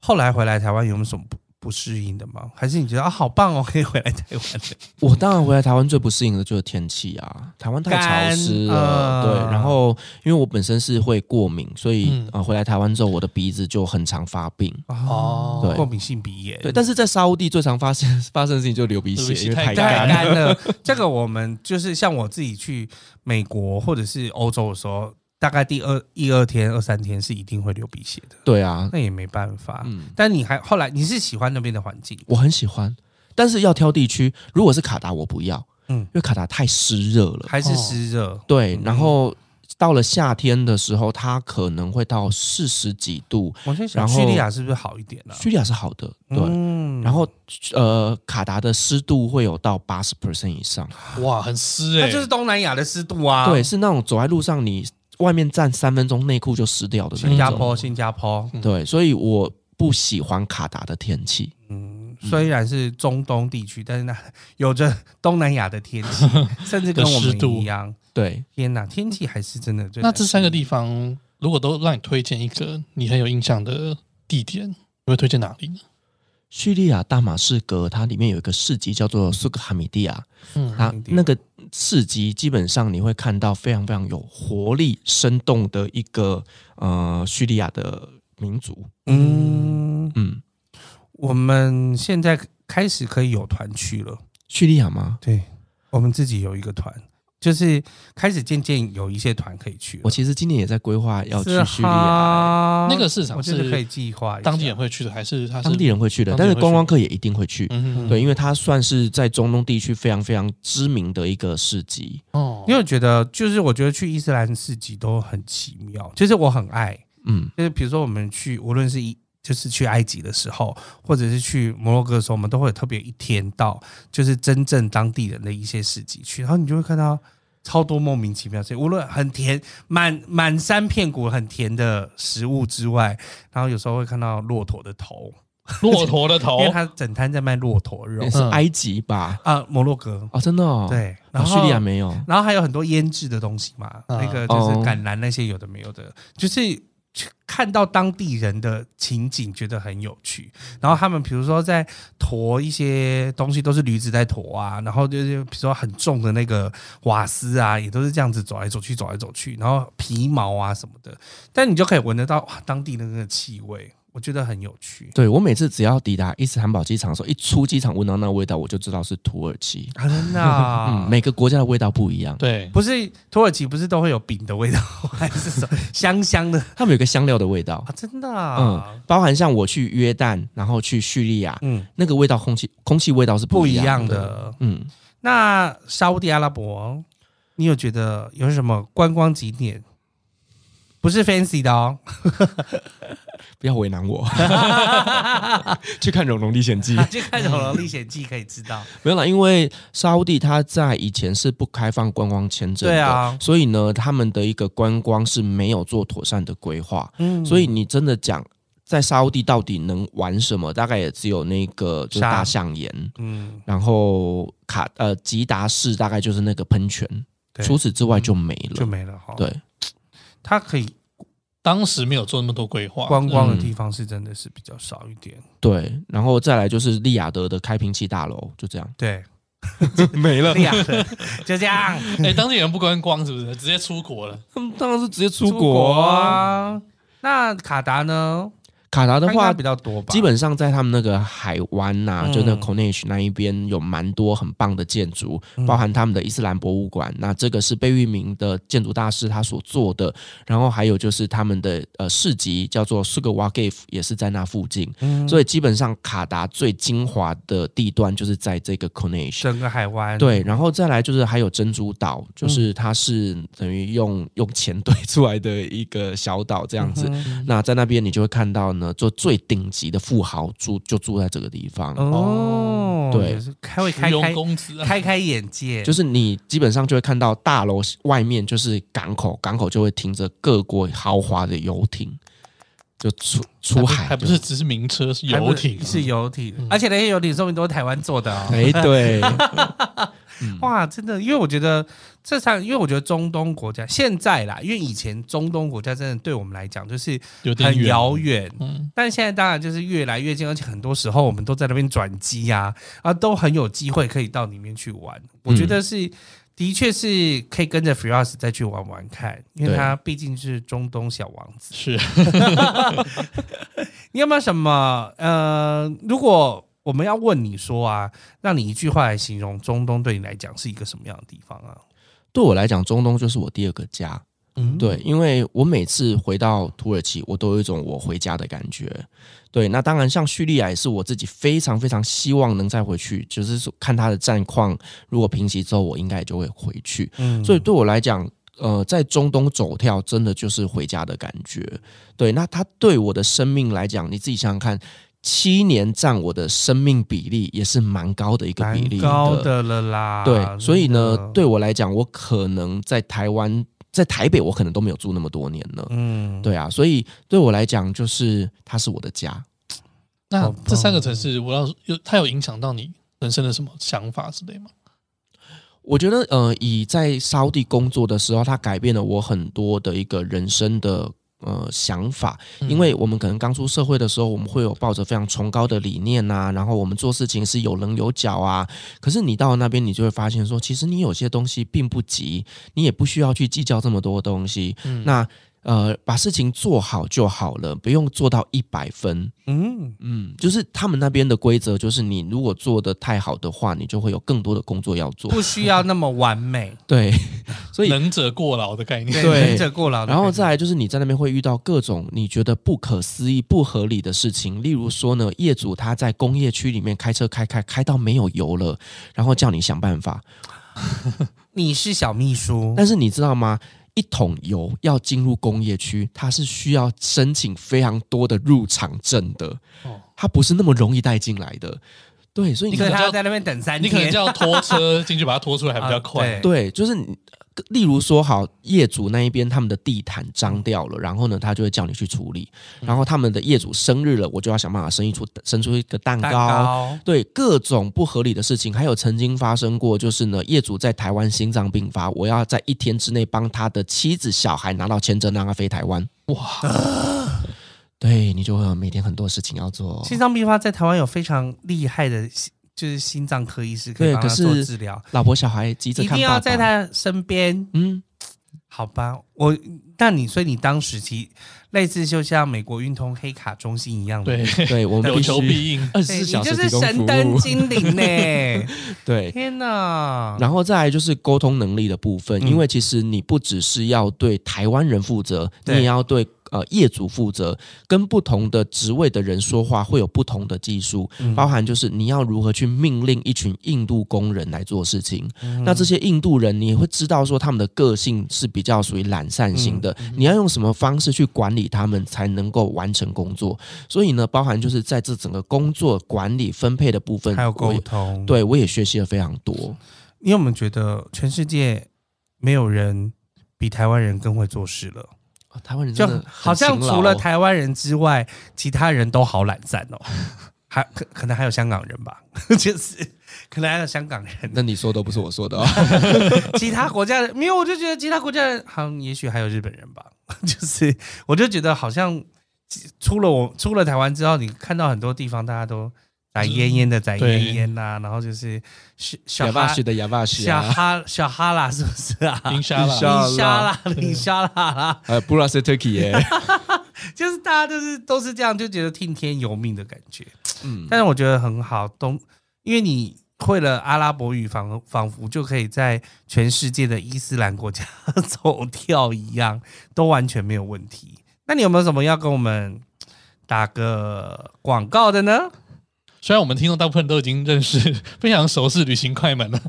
S2: 后来回来台湾有没有什么不不适应的吗？还是你觉得啊，好棒哦，可以回来台湾了？
S3: 我当然回来台湾最不适应的就是天气啊，台湾太潮
S2: 干
S3: 湿了。
S2: 呃
S3: 对，然后因为我本身是会过敏，所以、
S1: 嗯
S3: 呃回来台湾之后，我的鼻子就很常发病。
S1: 哦
S3: 对
S2: 过敏性鼻炎，
S3: 对，但是在沙乌地最常发生 发生的事情就是流鼻血，
S1: 流鼻血
S3: 因为
S1: 太
S3: 太
S2: 太
S3: 干。
S2: 干了。这个我们就是像我自己去美国或者是欧洲的时候，大概第二一二天、二三天是一定会流鼻血的，
S3: 对啊，
S2: 那也没办法。
S3: 嗯，
S2: 但你还后来你是喜欢那边的环境，
S3: 我很喜欢，但是要挑地区。如果是卡达，我不要，
S2: 嗯，
S3: 嗯因为卡达太湿热了。
S2: 还是湿热？
S3: 对，
S2: 嗯
S3: 然后到了夏天的时候，它可能会到四十几度。
S2: 我在想
S3: 然后
S2: 叙利亚是不是好一点呢、啊？
S3: 叙利亚是好的，对。
S2: 嗯
S3: 然后呃，卡达的湿度会有到八十 percent 以上，
S1: 哇，很湿
S2: 它
S1: 哎，
S2: 就是东南亚的湿度啊，
S3: 对，，是那种走在路上你外面站三分钟内裤就湿掉的那种。
S2: 新加坡，新加坡，
S3: 对，所以我不喜欢卡达的天气。
S2: 嗯，虽然是中东地区，但是那有着东南亚的天 气，甚至跟我
S1: 的湿
S2: 们
S1: 度
S2: 一样。
S3: 对，
S2: 天哪，天气还是真的最
S1: 那
S2: 难
S1: 这三个地方，如果都让你推荐一个你很有印象的地点，你会推荐哪里呢？
S3: 叙利亚大马士革，它里面有一个市集叫做苏克哈米蒂亚，
S1: 嗯，
S3: 它
S2: 米蒂亚
S3: 那个市集基本上你会看到非常非常有活力、生动的一个呃叙利亚的民族。
S2: 嗯，
S3: 嗯，
S2: 我们现在开始可以有团去了。
S3: 叙利亚吗？
S2: 对，我们自己有一个团，就是开始渐渐有一些团可以去了。
S3: 我其实今年也在规划要去
S2: 是
S3: 叙利亚，
S2: 哈
S1: 那个市场
S2: 我觉得
S1: 是
S2: 可以计划一下
S1: 当地人会去的，还是他是
S3: 当地人会去的，
S1: 当地
S3: 但
S1: 人
S3: 是
S1: 会去
S3: 观光客也一定会去。
S1: 嗯哼
S3: 对，因为它算是在中东地区非常非常知名的一个市集。
S1: 哦，
S2: 因为我觉得，就是我觉得去伊斯兰市集都很奇妙，就是我很爱，
S3: 嗯，
S2: 就是比如说我们去，无论是一就是去埃及的时候，或者是去摩洛哥的时候，我们都会有特别一天到，就是真正当地人的一些市集去，然后你就会看到超多莫名其妙，所以无论很甜，满满山遍谷很甜的食物之外，然后有时候会看到骆驼的头，
S1: 骆驼的
S3: 哦
S1: 头
S2: 因为它整摊在卖骆驼肉
S3: 也是埃及吧？
S2: 啊、摩洛哥
S3: 哦，真的哦。，
S2: 对，然
S3: 啊，
S2: 后
S3: 叙利亚没有。
S2: 然后还有很多腌制的东西嘛，
S1: 嗯
S2: 那个就是
S3: 哦
S2: 橄榄那些有的没有的，就是去看到当地人的情景，觉得很有趣。然后他们比如说在驮一些东西，都是驴子在驮啊，然后就是比如说很重的那个瓦斯啊，也都是这样子走来走去，走来走去，然后皮毛啊什么的，但你就可以闻得到哇，当地的那个气味，我觉得很有趣。
S3: 对我每次只要抵达伊斯坦堡机场的时候，一出机场闻到那味道，我就知道是土耳其。
S2: 啊真的啊、
S3: 嗯，每个国家的味道不一样，
S1: 对，
S2: 不是土耳其不是都会有饼的味道，还是什么香香的
S3: 他们有一个香料的味道
S2: 啊？，真的、啊，
S3: 包含像我去约旦，然后去叙利亚，
S2: 嗯，
S3: 那个味道空气空气味道是
S2: 不
S3: 一
S2: 一样
S3: 的。
S2: 的。
S3: 嗯，
S2: 那沙烏地阿拉伯，你有觉得有什么观光景点？不是 fancy 的 哦，
S3: 不要为难我， 去看《荣荣历险记》
S2: 去看《恐龙历险记》可以知 道。
S3: 没有啦，因为沙烏地它在以前是不开放观光签证的，
S2: 对啊
S3: 所以呢，他们的一个观光是没有做妥善的规划，
S2: 嗯，
S3: 所以你真的讲。在沙烏地到底能玩什么？大概也只有那个就是
S2: 沙
S3: 大象岩，
S2: 嗯，
S3: 然后卡呃吉达市大概就是那个喷泉，
S2: 对嗯
S3: 除此之外就没了。
S2: 就没了哈、，
S3: 对，
S2: 它可以
S1: 当时没有做那么多规划，
S2: 观光的
S1: 嗯
S2: 地方是真的是比较少一点。
S3: 嗯对，然后再来就是利雅得的开瓶器大楼，就这样
S2: 对，
S3: 没了
S2: 利亚的就这 样
S1: 哎，当地人不观光是不是直接出国了？
S3: 他们当然是直接出
S2: 出
S3: 国
S2: 国
S3: 啊。
S2: 啊。那卡达呢？
S3: 卡达的
S2: 它应该
S3: 话
S2: 比，较多吧，
S3: 基本上在他们那个海湾呐、
S2: 嗯
S3: 就那 Cornish 那一边有蛮多很棒的建筑，
S2: 嗯
S3: 包含他们的伊斯兰博物馆。那这个是贝聿铭的建筑大师他所做的，然后还有就是他们的呃市集叫做 s u g a w a g a f 也是在那附近。
S2: 嗯
S3: 所以基本上卡达最精华的地段就是在这个 Cornish。
S2: 整个海湾
S3: 对，然后再来就是还有珍珠岛，
S2: 嗯
S3: 就是它是等于用用钱堆出来的一个小岛这样子。那在那边你就会看到呢，就最顶级的富豪住就住在这个地方，
S2: 哦，
S3: 对
S2: 也是开会
S1: 渔
S2: 开
S1: 龙
S2: 开
S1: 公子啊，
S2: 开开眼界，
S3: 就是你基本上就会看到大楼外面就是港口，港口就会停着各国豪华的游艇，就出出海
S1: 还不还不
S3: 就
S1: 是。只是名车，是
S2: 还不
S1: 游艇啊，
S2: 是游艇，而且那些游艇说明都是台湾做的哦。
S3: 哎， 对，
S1: 嗯
S2: 哇，真的，因为我觉得这场，因为我觉得中东国家现在啦，因为以前中东国家真的对我们来讲就是
S1: 有点
S2: 很
S1: 远
S2: 遥远，
S1: 嗯，
S2: 但现在当然就是越来越近，而且很多时候我们都在那边转机呀、啊，都很有机会可以到里面去玩。我觉得是，的确是可以跟着 Firas 再去玩玩看，因为
S3: 对
S2: 他毕竟是中东小王子。
S1: 是
S2: 你有没有什么呃，如果我们要问你说啊，让你一句话来形容中东对你来讲是一个什么样的地方啊？
S3: 对我来讲，中东就是我第二个家。
S2: 嗯，
S3: 对，因为我每次回到土耳其，我都有一种我回家的感觉。对，那当然，像叙利亚也是我自己非常非常希望能再回去，就是说看它的战况，如果平息之后，我应该也就会回去。
S2: 嗯
S3: 所以对我来讲，呃，在中东走跳真的就是回家的感觉。对，那它对我的生命来讲，你自己想想看，七年占我的生命比例也是蛮高的一个
S2: 蛮
S3: 比例
S2: 嗯高的了啦。
S3: 对，所以呢
S2: 真的，
S3: 对，我来讲，我可能在台湾，在台北，我可能都没有住那么多年了。
S2: 嗯，
S3: 对啊，所以对我来讲，就是它是我的家。
S1: 那
S2: 好棒
S1: 这三个城市，我要有它有影响到你人生的什么想法之类吗？
S3: 我觉得，呃，以在沙烏地工作的时候，它改变了我很多的一个人生的呃想法，
S1: 嗯
S3: 因为我们可能刚出社会的时候，我们会有抱着非常崇高的理念呐、然后我们做事情是有棱有角啊。可是你到了那边，你就会发现
S1: 嗯
S3: 说，其实你有些东西并不急，你也不需要去计较这么多东西。那呃，把事情做好就好了，不用做到一百分。
S2: 嗯，
S3: 嗯，就是他们那边的规则，就是你如果做的太好的话，你就会有更多的工作要做。
S2: 不需要那么完美，
S3: 对，所以
S1: 能者过劳的概念。
S3: 对
S2: 忍者过劳的感觉。
S3: 然后再来就是你在那边会遇到各种你觉得不可思议、不合理的事情，例如说呢，业主他在工业区里面开车开开开到没有油了，然后叫你想办法。
S2: 嗯你是小秘书，
S3: 但是你知道吗？一桶油要进入工业区，它是需要申请非常多的入场证的
S1: 哦，
S3: 它不是那么容易带进来的。对，所以
S2: 你可
S3: 你
S1: 能
S2: 能还
S1: 叫
S2: 要在那边等 三
S1: 你可能
S2: 天。
S1: 叫拖车进去把它拖出来还比较
S2: 啊
S1: 快。
S3: 对，就是你，呃例如说好，业主那一边他们的地毯脏掉了，然后呢，他就会叫你去处理。
S2: 嗯
S3: 然后他们的业主生日了，我就要想办法生一出生出一个蛋糕。
S2: 蛋糕，
S3: 对各种不合理的事情，还有曾经发生过，就是呢，业主在台湾心脏病发，我要在一天之内帮他的妻子、小孩拿到签证，让他飞台湾。
S1: 哇，
S3: 对你就会有每天很多事情要做。
S2: 心脏病发在台湾有非常厉害的心，就是心脏科医师可以
S3: 对
S2: 帮他
S3: 可是
S2: 做治疗，
S3: 老婆小孩急着
S2: 一
S3: 看
S2: 定
S3: 爸
S2: 要在
S3: 爸。
S2: 他身边。
S3: 嗯，
S2: 好吧，我那你所以你当时其实类似就像美国运通黑卡中心一样的，
S1: 对，
S3: 对我们
S1: 有
S3: 必
S1: 求
S3: 须
S1: 必应。
S3: 二十
S2: 对，
S3: 四
S2: 你
S3: 小
S2: 就是
S3: 时提供
S2: 神
S3: 服
S2: 灯
S3: 务。
S2: 精灵呢、
S3: 对，
S2: 天哪！
S3: 然后再来就是沟通能力的部分，
S2: 嗯
S3: 因为其实你不只是要对台湾人负责，你
S2: 对
S3: 也要对呃业主负责，跟不同的职位的人说话会有不同的技术，
S2: 嗯
S3: 包含就是你要如何去命令一群印度工人来做事情。
S2: 嗯
S3: 那这些印度人，你会知道说他们的个性是比较属于懒散型的，
S2: 嗯
S3: 你要用什么方式去管理他们才能够完成工作？所以呢，包含就是在这整个工作管理分配的部分，
S2: 还有
S3: 我
S2: 沟
S3: 也
S2: 通，，
S3: 对我也学习了非常多。
S2: 你有没有觉得全世界没有人比台湾人更会做事了？
S3: 哦台湾人
S2: 就
S3: 真的
S2: 好像
S3: 哦
S2: 除了台湾人之外，其他人都好懒散哦。还可可能还有香港人吧， 就是可能还有香港人，
S3: 那你说都不是我说的哦。
S2: 其他国家人没有，我就觉得其他国家人好像也许还有日本人吧， 就是我就觉得好像出了我出了台湾之后，你看到很多地方大家都宅烟烟的宅
S1: 对
S2: 烟烟呐，啊然后就是小小
S3: 哑巴
S2: 哈
S3: 是的哑巴是
S2: 小
S3: 啊，
S2: 哈小哈啦是不是啊？
S1: 英莎啦
S3: 英，莎
S2: 你沙啦，你沙啦啦，
S3: 呃，布拉斯特基 耶，
S2: 就是大家就是都是这样，就觉得听天由命的感觉。
S3: 嗯，
S2: 但是我觉得很好，东，因为你会了阿拉伯语，仿仿佛就可以在全世界的伊斯兰国家 走跳一样，都完全没有问题。那你有没有什么要跟我们打个广告的呢？
S1: 虽然我们听众大部分都已经认识，非常熟识旅行快门了，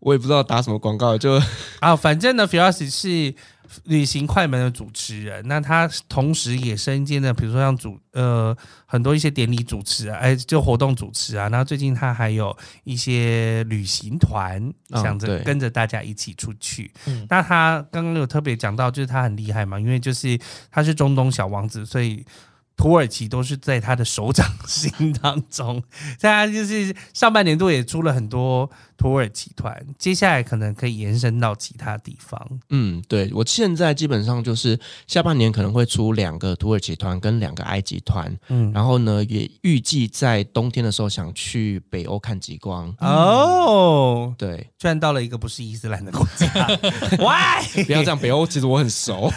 S3: 我也不知道打什么广告，就
S2: 啊，反正呢，Firas 是旅行快门的主持人，那他同时也身兼的，比如说像主呃很多一些典礼主持啊，哎，就活动主持啊，然后最近他还有一些旅行团，
S3: 嗯
S2: 想着
S3: 对
S2: 跟着大家一起出去。
S1: 嗯
S2: 那他刚刚有特别讲到，就是他很厉害嘛，因为就是他是中东小王子，所以。土耳其都是在他的手掌心当中， 所以他就是上半年度也出了很多土耳其团，接下来可能可以延伸到其他地方。
S3: 嗯，对我现在基本上就是下半年可能会出两个土耳其团跟两个埃及团，
S2: 嗯，
S3: 然后呢，也预计在冬天的时候想去北欧看极光。
S2: 哦，
S3: 对，
S2: 居然到了一个不是伊斯兰的国 家，why？
S3: 不要这样，北欧其实我很熟，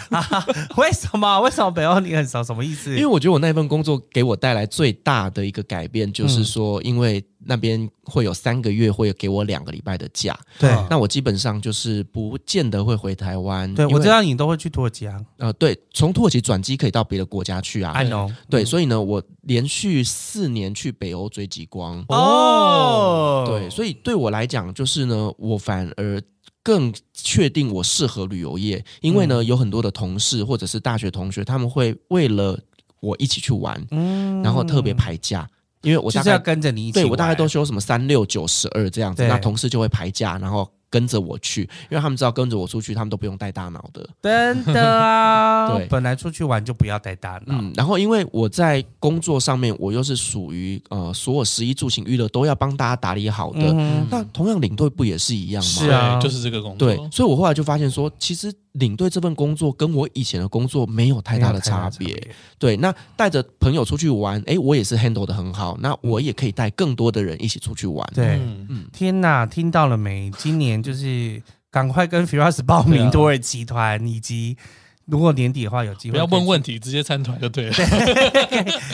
S2: 为什么？为什么北欧你很熟？什么意思？
S3: 因为我觉得我那份工作给我带来最大的一个改变，就是
S2: 嗯
S3: 说，因为那边会有三个月会给我两个礼拜的假，
S2: 对
S1: 啊
S3: 那我基本上就是不见得会回台湾。
S2: 对，
S3: 因为
S2: 我知。道你都会去土耳其啊
S3: 呃，对，从土耳其转机可以到别的国家去啊。
S2: ，I know。
S3: 对，所以呢，我连续四年去北欧追极光。
S2: 哦，
S3: 对，所以对我来讲，就是呢，我反而。更确定我适合旅游业，因为呢，
S2: 嗯
S3: 有很多的同事或者是大学同学，他们会为了我一起去玩，
S2: 嗯
S3: 然后特别排假，因为我
S2: 就
S3: 大
S2: 是要
S3: 概
S2: 跟着你一起
S3: 对
S2: 玩。
S3: 我大概 都休什么三六九十二这样子，
S2: 对
S3: 那同事就会排假，然后跟着我去，因为他们知道跟着我出去，他们都不用带大脑
S2: 嗯
S3: 的。
S2: 真的啊
S3: 对，
S2: 本来出去玩就不要带大脑。
S3: 嗯，然后因为我在工作上面，我又是属于呃所有食衣住行娱乐都要帮大家打理好的，
S2: 嗯
S3: 那同样领队不也是一样吗？
S2: 是啊
S1: 对就是这个工作。嗯
S3: 对，所以我后来就发现说，其实领队这份工作跟我以前的工作没有太大的差别。嗯对，那带着朋友出去玩，诶，我也是 handle 的很好，那我也可以带更多的人一起出去玩。
S2: 对，
S1: 嗯，
S2: 天呐，听到了没？今年就是赶快跟 Firas 报名
S1: 对啊
S2: 土耳其团以及如果年底的话有机
S1: 不
S2: 会，
S1: 要问问题，直接参团就对了。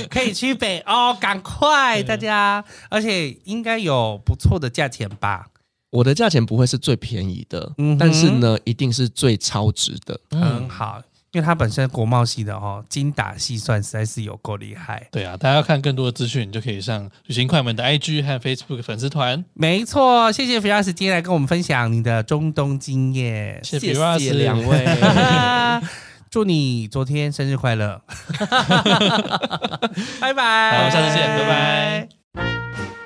S2: 可以去北欧，赶快
S1: 嗯
S2: 大家，而且应该有不错的价钱吧？
S3: 我的价钱不会是最便宜的，
S2: 嗯哼
S3: 但是呢，一定是最超值的。
S1: 嗯
S2: 很好，因为它本身国贸系的哦，精打细算实在是有够厉害。
S1: 对啊，大家要看更多的资讯，你就可以上旅行快门的 IG 和 Facebook 粉丝团。
S2: 没错，谢谢 Firas 今天来跟我们分享你的中东经验，
S1: 谢
S3: 谢
S1: 比尔
S3: 谢
S1: 斯
S3: 两位，
S2: 祝你昨天生日快 乐，拜
S1: 好
S2: 拜，
S1: 我们下次见拜拜。